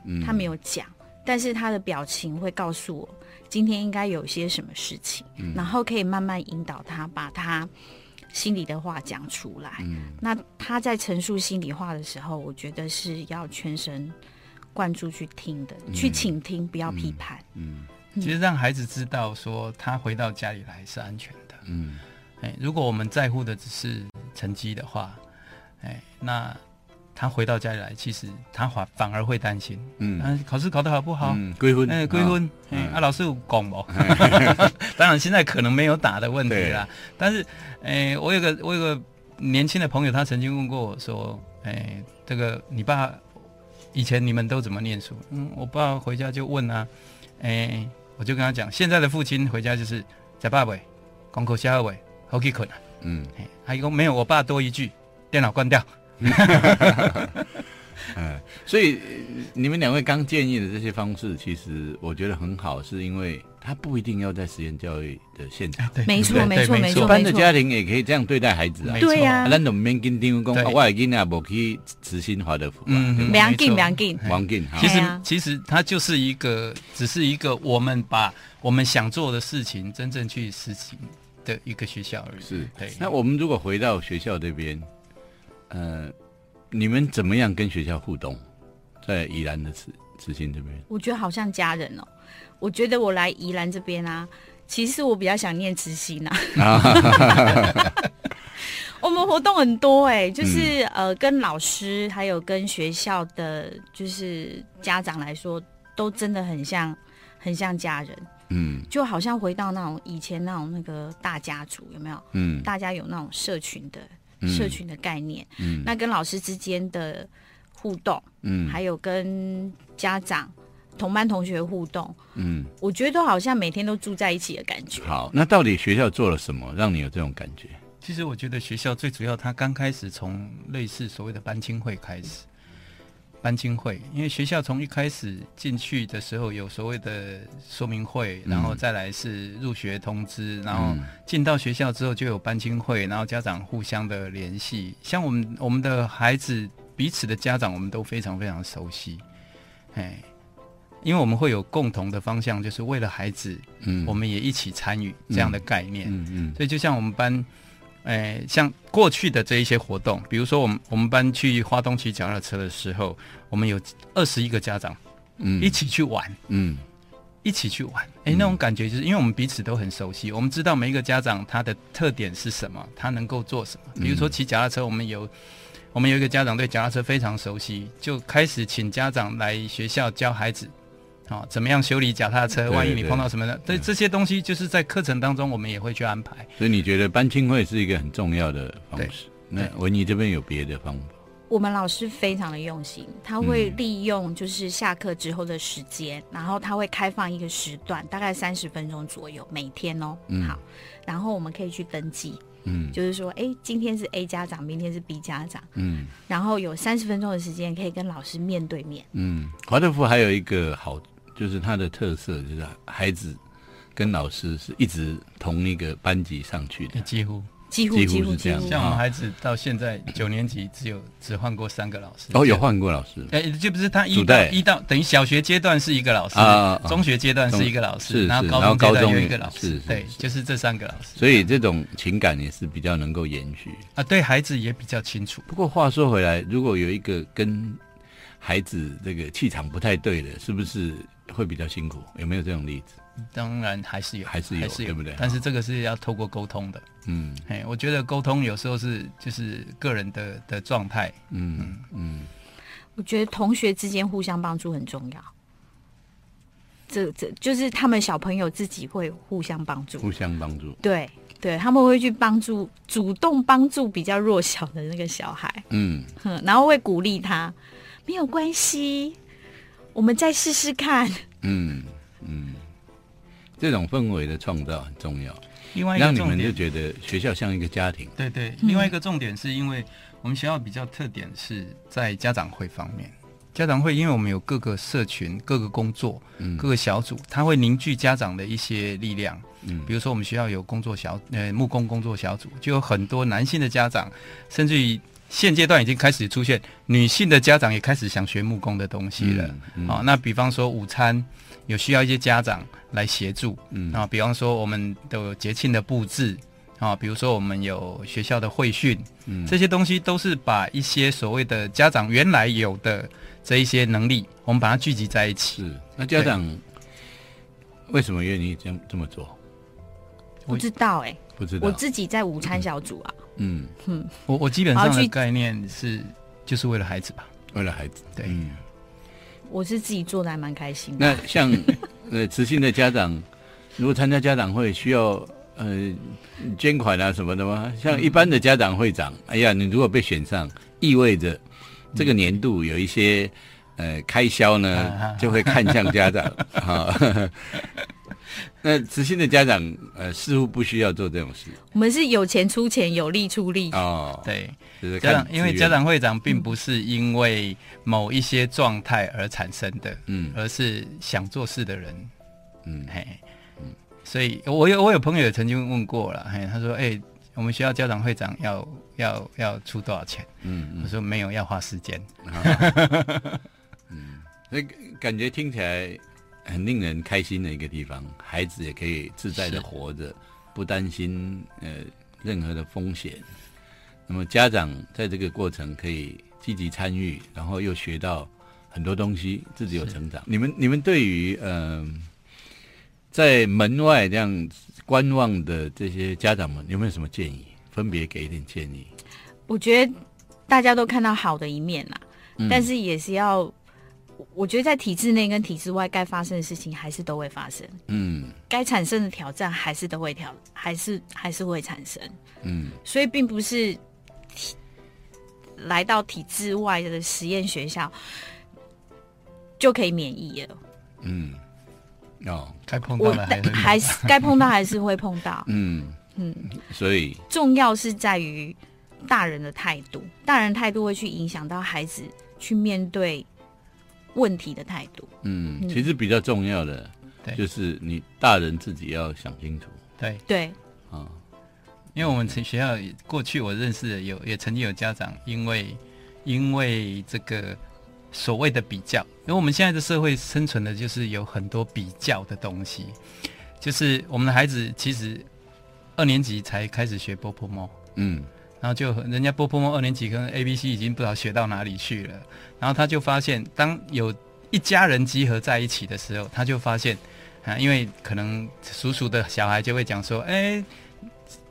[SPEAKER 1] 嗯，
[SPEAKER 5] 他没有讲，但是他的表情会告诉我今天应该有些什么事情，
[SPEAKER 4] 嗯
[SPEAKER 5] 然后可以慢慢引导他把他心里的话讲出来。
[SPEAKER 4] 嗯
[SPEAKER 5] 那他在陈述心里话的时候，我觉得是要全神贯注去听的，
[SPEAKER 4] 嗯
[SPEAKER 5] 去倾听，不要批判。
[SPEAKER 1] 嗯
[SPEAKER 4] 其实让孩子知道说，他回到家里来是安全的。
[SPEAKER 1] 嗯
[SPEAKER 4] 哎，如果我们在乎的只是成绩的话，哎，那他回到家里来，其实他反反而会担心，
[SPEAKER 1] 嗯
[SPEAKER 4] 嗯、考试考得好不好？
[SPEAKER 1] 嗯，归婚
[SPEAKER 4] 哎，归婚，哎，啊，老师有讲不？
[SPEAKER 1] 啊
[SPEAKER 4] <laughs> 当然，现在可能没有打的问题啦。但是，哎，我有个我有个年轻的朋友，他曾经问过我说，哎，这个你爸以前你们都怎么念书？嗯，我爸回家就问啊，哎，我就跟他讲，现在的父亲回家就是在爸尾，功课下二尾，好去困啊。
[SPEAKER 1] 嗯。
[SPEAKER 4] 哎他一共没有，我爸多一句，电脑关掉。
[SPEAKER 1] 所以呃你们两位刚建议的这些方式，其实我觉得很好，是因为它不一定要在实验教育的现场，
[SPEAKER 4] 对
[SPEAKER 5] 没错
[SPEAKER 4] 对
[SPEAKER 5] 没错
[SPEAKER 4] 对
[SPEAKER 5] 没
[SPEAKER 1] 一
[SPEAKER 5] 错
[SPEAKER 1] 般的家庭也可以这样对待孩子啊
[SPEAKER 4] 没。错
[SPEAKER 5] 对呀、
[SPEAKER 1] 啊咱都免跟丁公，
[SPEAKER 4] 对
[SPEAKER 1] 啊我的囡仔无去慈心华德福啊，
[SPEAKER 4] 嗯
[SPEAKER 1] 对
[SPEAKER 5] 不
[SPEAKER 1] 吧
[SPEAKER 5] 要紧，
[SPEAKER 4] 没错
[SPEAKER 5] 不要紧。
[SPEAKER 1] 王进哈
[SPEAKER 4] 其。
[SPEAKER 5] 对
[SPEAKER 4] 实
[SPEAKER 5] 啊，
[SPEAKER 4] 其实它就是一个，只是一个我们把我们想做的事情真正去实行的一个学校而已。
[SPEAKER 1] 是
[SPEAKER 4] 对。
[SPEAKER 1] 那我们如果回到学校这边，呃，你们怎么样跟学校互动？在宜兰的慈慈心这边，
[SPEAKER 5] 我觉得好像家人哦。我觉得我
[SPEAKER 1] <laughs>
[SPEAKER 5] 来宜兰这边啊，其实我比较想念慈心啊。我们活动很多哎、就是、
[SPEAKER 1] 嗯
[SPEAKER 5] 呃，跟老师还有跟学校的，就是家长来说，都真的很像，很像家人，
[SPEAKER 1] 嗯
[SPEAKER 5] 就好像回到那种以前那种那个大家族，有没有？
[SPEAKER 1] 嗯
[SPEAKER 5] 大家有那种社群的
[SPEAKER 1] 嗯
[SPEAKER 5] 社群的概念，
[SPEAKER 1] 嗯
[SPEAKER 5] 那跟老师之间的互动，
[SPEAKER 1] 嗯
[SPEAKER 5] 还有跟家长、同班同学互动，
[SPEAKER 1] 嗯，
[SPEAKER 5] 我觉得都好像每天都住在一起的感觉。
[SPEAKER 1] 好，那到底学校做了什么让你有这种感觉？
[SPEAKER 4] 其实我觉得学校最主要，它刚开始从类似所谓的班亲会开始，班亲会，因为学校从一开始进去的时候有所谓的说明会，然
[SPEAKER 1] 嗯
[SPEAKER 4] 后再来是入学通知，然后进到学校之后就有班亲会，然后家长互相的联系，像我们我们的孩子彼此的家长，我们都非常非常熟悉，哎，因为我们会有共同的方向，就是为了孩子，
[SPEAKER 1] 嗯
[SPEAKER 4] 我们也一起参与这样的概念，
[SPEAKER 1] 嗯嗯
[SPEAKER 4] 所以就像我们班，诶、像过去的这一些活动，比如说我们我们班去花东骑脚踏车的时候，我们有二十一个家长
[SPEAKER 1] 嗯
[SPEAKER 4] 一起去玩，
[SPEAKER 1] 嗯
[SPEAKER 4] 一起去玩，诶、那种感觉就是因为我们彼此都很熟悉，我们知道每一个家长他的特点是什么，他能够做什么。
[SPEAKER 1] 嗯
[SPEAKER 4] 比如说骑脚踏车，我们有。我们有一个家长对脚踏车非常熟悉，就开始请家长来学校教孩子，好、怎么样修理脚踏车。
[SPEAKER 1] 对
[SPEAKER 4] 万一你
[SPEAKER 1] 对嗯
[SPEAKER 4] 碰到什么的，对这些东西，就是在课程当中我们也会去安排。
[SPEAKER 1] 所以你觉得班亲会是一个很重要的方式？那
[SPEAKER 4] 对
[SPEAKER 1] 文怡这边有别的方法？
[SPEAKER 5] 我们老师非常的用心，他
[SPEAKER 1] 嗯
[SPEAKER 5] 会利用就是下课之后的时间，然后他会开放一个时段，大概三十分钟左右，每天哦。好，然后我们可以去登记，
[SPEAKER 1] 嗯
[SPEAKER 5] 就是说，哎，今天是 A 家长，明天是 B 家长，
[SPEAKER 1] 嗯
[SPEAKER 5] 然后有三十分钟的时间可以跟老师面对面。
[SPEAKER 1] 嗯，华德福还有一个好，就是它的特色就是孩子跟老师是一直同一个班级上去的。
[SPEAKER 4] 几乎
[SPEAKER 5] 几乎
[SPEAKER 1] 几乎
[SPEAKER 5] 几乎
[SPEAKER 1] 是这样
[SPEAKER 5] 几乎
[SPEAKER 4] 像我们孩子到现在九年级，只有只换过三个老师。
[SPEAKER 1] 哦，有。换过老师，
[SPEAKER 4] 呃，就不是他一
[SPEAKER 1] 主
[SPEAKER 4] 到
[SPEAKER 1] 带
[SPEAKER 4] 一到等于小学阶段是一个老师，
[SPEAKER 1] 啊啊啊
[SPEAKER 4] 中学阶段是一个老师，
[SPEAKER 1] 是是
[SPEAKER 4] 然后
[SPEAKER 1] 然后
[SPEAKER 4] 高
[SPEAKER 1] 高
[SPEAKER 4] 中阶
[SPEAKER 1] 中
[SPEAKER 4] 段有一
[SPEAKER 1] 也
[SPEAKER 4] 个老
[SPEAKER 1] 是
[SPEAKER 4] 师
[SPEAKER 1] 是，
[SPEAKER 4] 对
[SPEAKER 1] 是，
[SPEAKER 4] 就是这三个老师
[SPEAKER 1] 所以这种情感也是比较能够延续。
[SPEAKER 4] 啊，对孩子也比较清楚。
[SPEAKER 1] 不过话说回来，如果有一个跟孩子这个气场不太对的，是不是会比较辛苦？有没有这种例子？
[SPEAKER 4] 当然还是有，
[SPEAKER 1] 还是有
[SPEAKER 4] 还是有，
[SPEAKER 1] 对不对
[SPEAKER 4] 但是这个是要透过沟通的。
[SPEAKER 1] 嗯
[SPEAKER 4] 哎，我觉得沟通有时候是就是个人的的状态，
[SPEAKER 1] 嗯嗯，
[SPEAKER 5] 我觉得同学之间互相帮助很重要。这这就是他们小朋友自己会互相帮助，
[SPEAKER 1] 互相帮助。
[SPEAKER 5] 对对，他们会去帮助，主动帮助比较弱小的那个小孩，
[SPEAKER 1] 嗯，
[SPEAKER 5] 哼，然后会鼓励他，没有关系，我们再试试看。
[SPEAKER 1] 嗯，嗯，这种氛围的创造很重要，
[SPEAKER 4] 另外一个
[SPEAKER 1] 让你
[SPEAKER 4] 重
[SPEAKER 1] 们就
[SPEAKER 4] 点，
[SPEAKER 1] 觉得学校像一个家庭。
[SPEAKER 4] 对对，另外一个重点是因为我们学校比较特点是在家长会方面。家长会，因为我们有各个社群、各个工作、
[SPEAKER 1] 嗯
[SPEAKER 4] 各个小组，它会凝聚家长的一些力量。
[SPEAKER 1] 嗯
[SPEAKER 4] 比如说我们学校有工作小呃木工工作小组，就有很多男性的家长，甚至于现阶段已经开始出现女性的家长也开始想学木工的东西了。
[SPEAKER 1] 嗯嗯
[SPEAKER 4] 啊好、那比方说午餐有需要一些家长来协助，
[SPEAKER 1] 嗯
[SPEAKER 4] 啊，比方说我们都有节庆的布置啊，比如说我们有学校的会训，
[SPEAKER 1] 嗯
[SPEAKER 4] 这些东西都是把一些所谓的家长原来有的这一些能力，我们把它聚集在一起。
[SPEAKER 1] 是，那家长为什么愿意这样这么做？
[SPEAKER 4] 我
[SPEAKER 5] 不知道哎、
[SPEAKER 1] 不知
[SPEAKER 5] 我
[SPEAKER 1] 道。
[SPEAKER 5] 自己在午餐小组啊，
[SPEAKER 1] 嗯，
[SPEAKER 4] 我我基本
[SPEAKER 5] 好
[SPEAKER 4] 上
[SPEAKER 5] 去
[SPEAKER 4] 的概念是，就是为了孩子吧。
[SPEAKER 1] 为了孩子。
[SPEAKER 4] 对，
[SPEAKER 1] 嗯，
[SPEAKER 5] 我是自己做的还蛮开心的。
[SPEAKER 1] 那
[SPEAKER 4] <laughs>
[SPEAKER 1] 像呃，慈心的家长，如果参加家长会需要呃捐款啊什么的吗？
[SPEAKER 4] 嗯
[SPEAKER 1] 像一般的家长会长，哎呀，你如果被选上，意味着这个年度有一些。呃，开销
[SPEAKER 4] 啊
[SPEAKER 1] 呢就会看向家
[SPEAKER 4] <laughs>
[SPEAKER 1] 长啊。 <laughs> 那慈心的家长呃，似乎不需要做这种事
[SPEAKER 5] 我们是有钱出钱，有力出力。
[SPEAKER 1] 哦。，
[SPEAKER 4] 对，
[SPEAKER 1] 就是
[SPEAKER 4] 家
[SPEAKER 1] 看
[SPEAKER 4] 长因为
[SPEAKER 1] 自
[SPEAKER 4] 家
[SPEAKER 1] 愿
[SPEAKER 4] 长会长并不是因为某一些状态而产生的，
[SPEAKER 1] 嗯
[SPEAKER 4] 而是想做事的人，
[SPEAKER 1] 嗯
[SPEAKER 4] 嘿，所以我有我有朋友也曾经问过了，嘿，他说，哎、我们学校家长会长要要要出多少钱？
[SPEAKER 1] 嗯嗯
[SPEAKER 4] 我说没有，要花时间。
[SPEAKER 1] 那个感觉听起来很令人开心的一个地方，孩子也可以自在的
[SPEAKER 4] 是
[SPEAKER 1] 活着，不担心呃任何的风险。那么家长在这个过程可以积极参与，然后又学到很多东西，自己有成长。你们你们对于嗯、呃在门外这样观望的这些家长们，有没有什么建议？分别给一点建议？
[SPEAKER 5] 我觉得大家都看到好的一面啦，
[SPEAKER 1] 嗯
[SPEAKER 5] 但是也是要，我我觉得在体制内跟体制外该发生的事情还是都会发生，
[SPEAKER 1] 嗯
[SPEAKER 5] 该产生的挑战还是都会挑，还是还是会产生，
[SPEAKER 1] 嗯
[SPEAKER 5] 所以并不是体来到体制外的实验学校就可以免疫了。
[SPEAKER 1] 嗯，哦，
[SPEAKER 4] 该碰到
[SPEAKER 5] 我
[SPEAKER 4] 了还是
[SPEAKER 5] 还是该碰到还是会碰到，
[SPEAKER 1] 嗯
[SPEAKER 5] 嗯，
[SPEAKER 1] 所以
[SPEAKER 5] 重要是在于大人的态度，大人态度会去影响到孩子去面对问题的态度。
[SPEAKER 1] 嗯，
[SPEAKER 5] 嗯
[SPEAKER 1] 其实比较重要的
[SPEAKER 4] 对
[SPEAKER 1] 就是你大人自己要想清楚
[SPEAKER 4] 对，
[SPEAKER 5] 对，
[SPEAKER 1] 啊，
[SPEAKER 4] 因为我们学校也过去我认识的有也曾经有家长因为因为这个所谓的比较，因为我们现在的社会生存的就是有很多比较的东西，就是我们的孩子其实二年级才开始学波波猫。
[SPEAKER 1] 嗯
[SPEAKER 4] 然后就人家波波猫二年级跟 A B C 已经不知道学到哪里去了，然后他就发现，当有一家人集合在一起的时候，他就发现，啊，因为可能叔叔的小孩就会讲说，哎，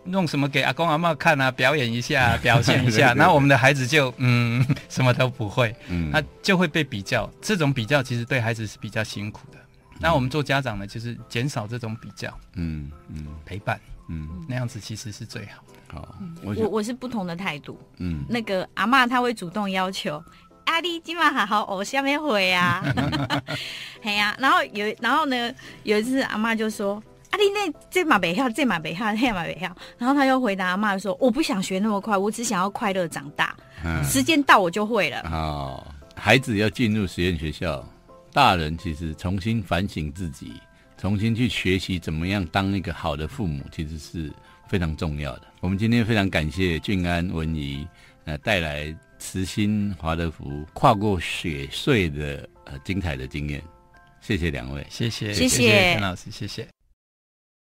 [SPEAKER 4] 弄什么给阿公阿嬷看啊，表演一下，表现一
[SPEAKER 1] 对对
[SPEAKER 4] 下，
[SPEAKER 1] 对
[SPEAKER 4] 然后我们的孩子就嗯什么都不会，
[SPEAKER 1] 嗯，
[SPEAKER 4] 他就会被比较，这种比较其实对孩子是比较辛苦的。那我们做家长呢，就是减少这种比较，
[SPEAKER 1] 嗯嗯
[SPEAKER 4] 陪伴，
[SPEAKER 1] 嗯，
[SPEAKER 4] 那样子其实是最好的。
[SPEAKER 1] 好，嗯我
[SPEAKER 5] 我
[SPEAKER 1] 想
[SPEAKER 5] 我是不同的态度。
[SPEAKER 1] 嗯
[SPEAKER 5] 那个阿嬷她会主动要求。阿丽今晚好好哦，下面
[SPEAKER 1] <laughs>
[SPEAKER 5] 回啊，嘿呀、然后有，然后呢，有一次阿嬷就说：“阿丽那这马北跳，这马北跳，那马北跳。”然后她又回答阿嬷说：“我不想学那么快，我只想要快乐长大，
[SPEAKER 1] 嗯
[SPEAKER 5] 时间到我就会了。
[SPEAKER 1] 好，孩子要进入实验学校，大人其实重新反省自己，重新去学习怎么样当一个好的父母，其实是非常重要的。我们今天非常感谢俊安文怡，呃，带来慈心华德福跨过雪隧的呃精彩的经验，谢谢两位。
[SPEAKER 4] 谢谢，
[SPEAKER 5] 谢谢
[SPEAKER 4] 陈老师，谢谢。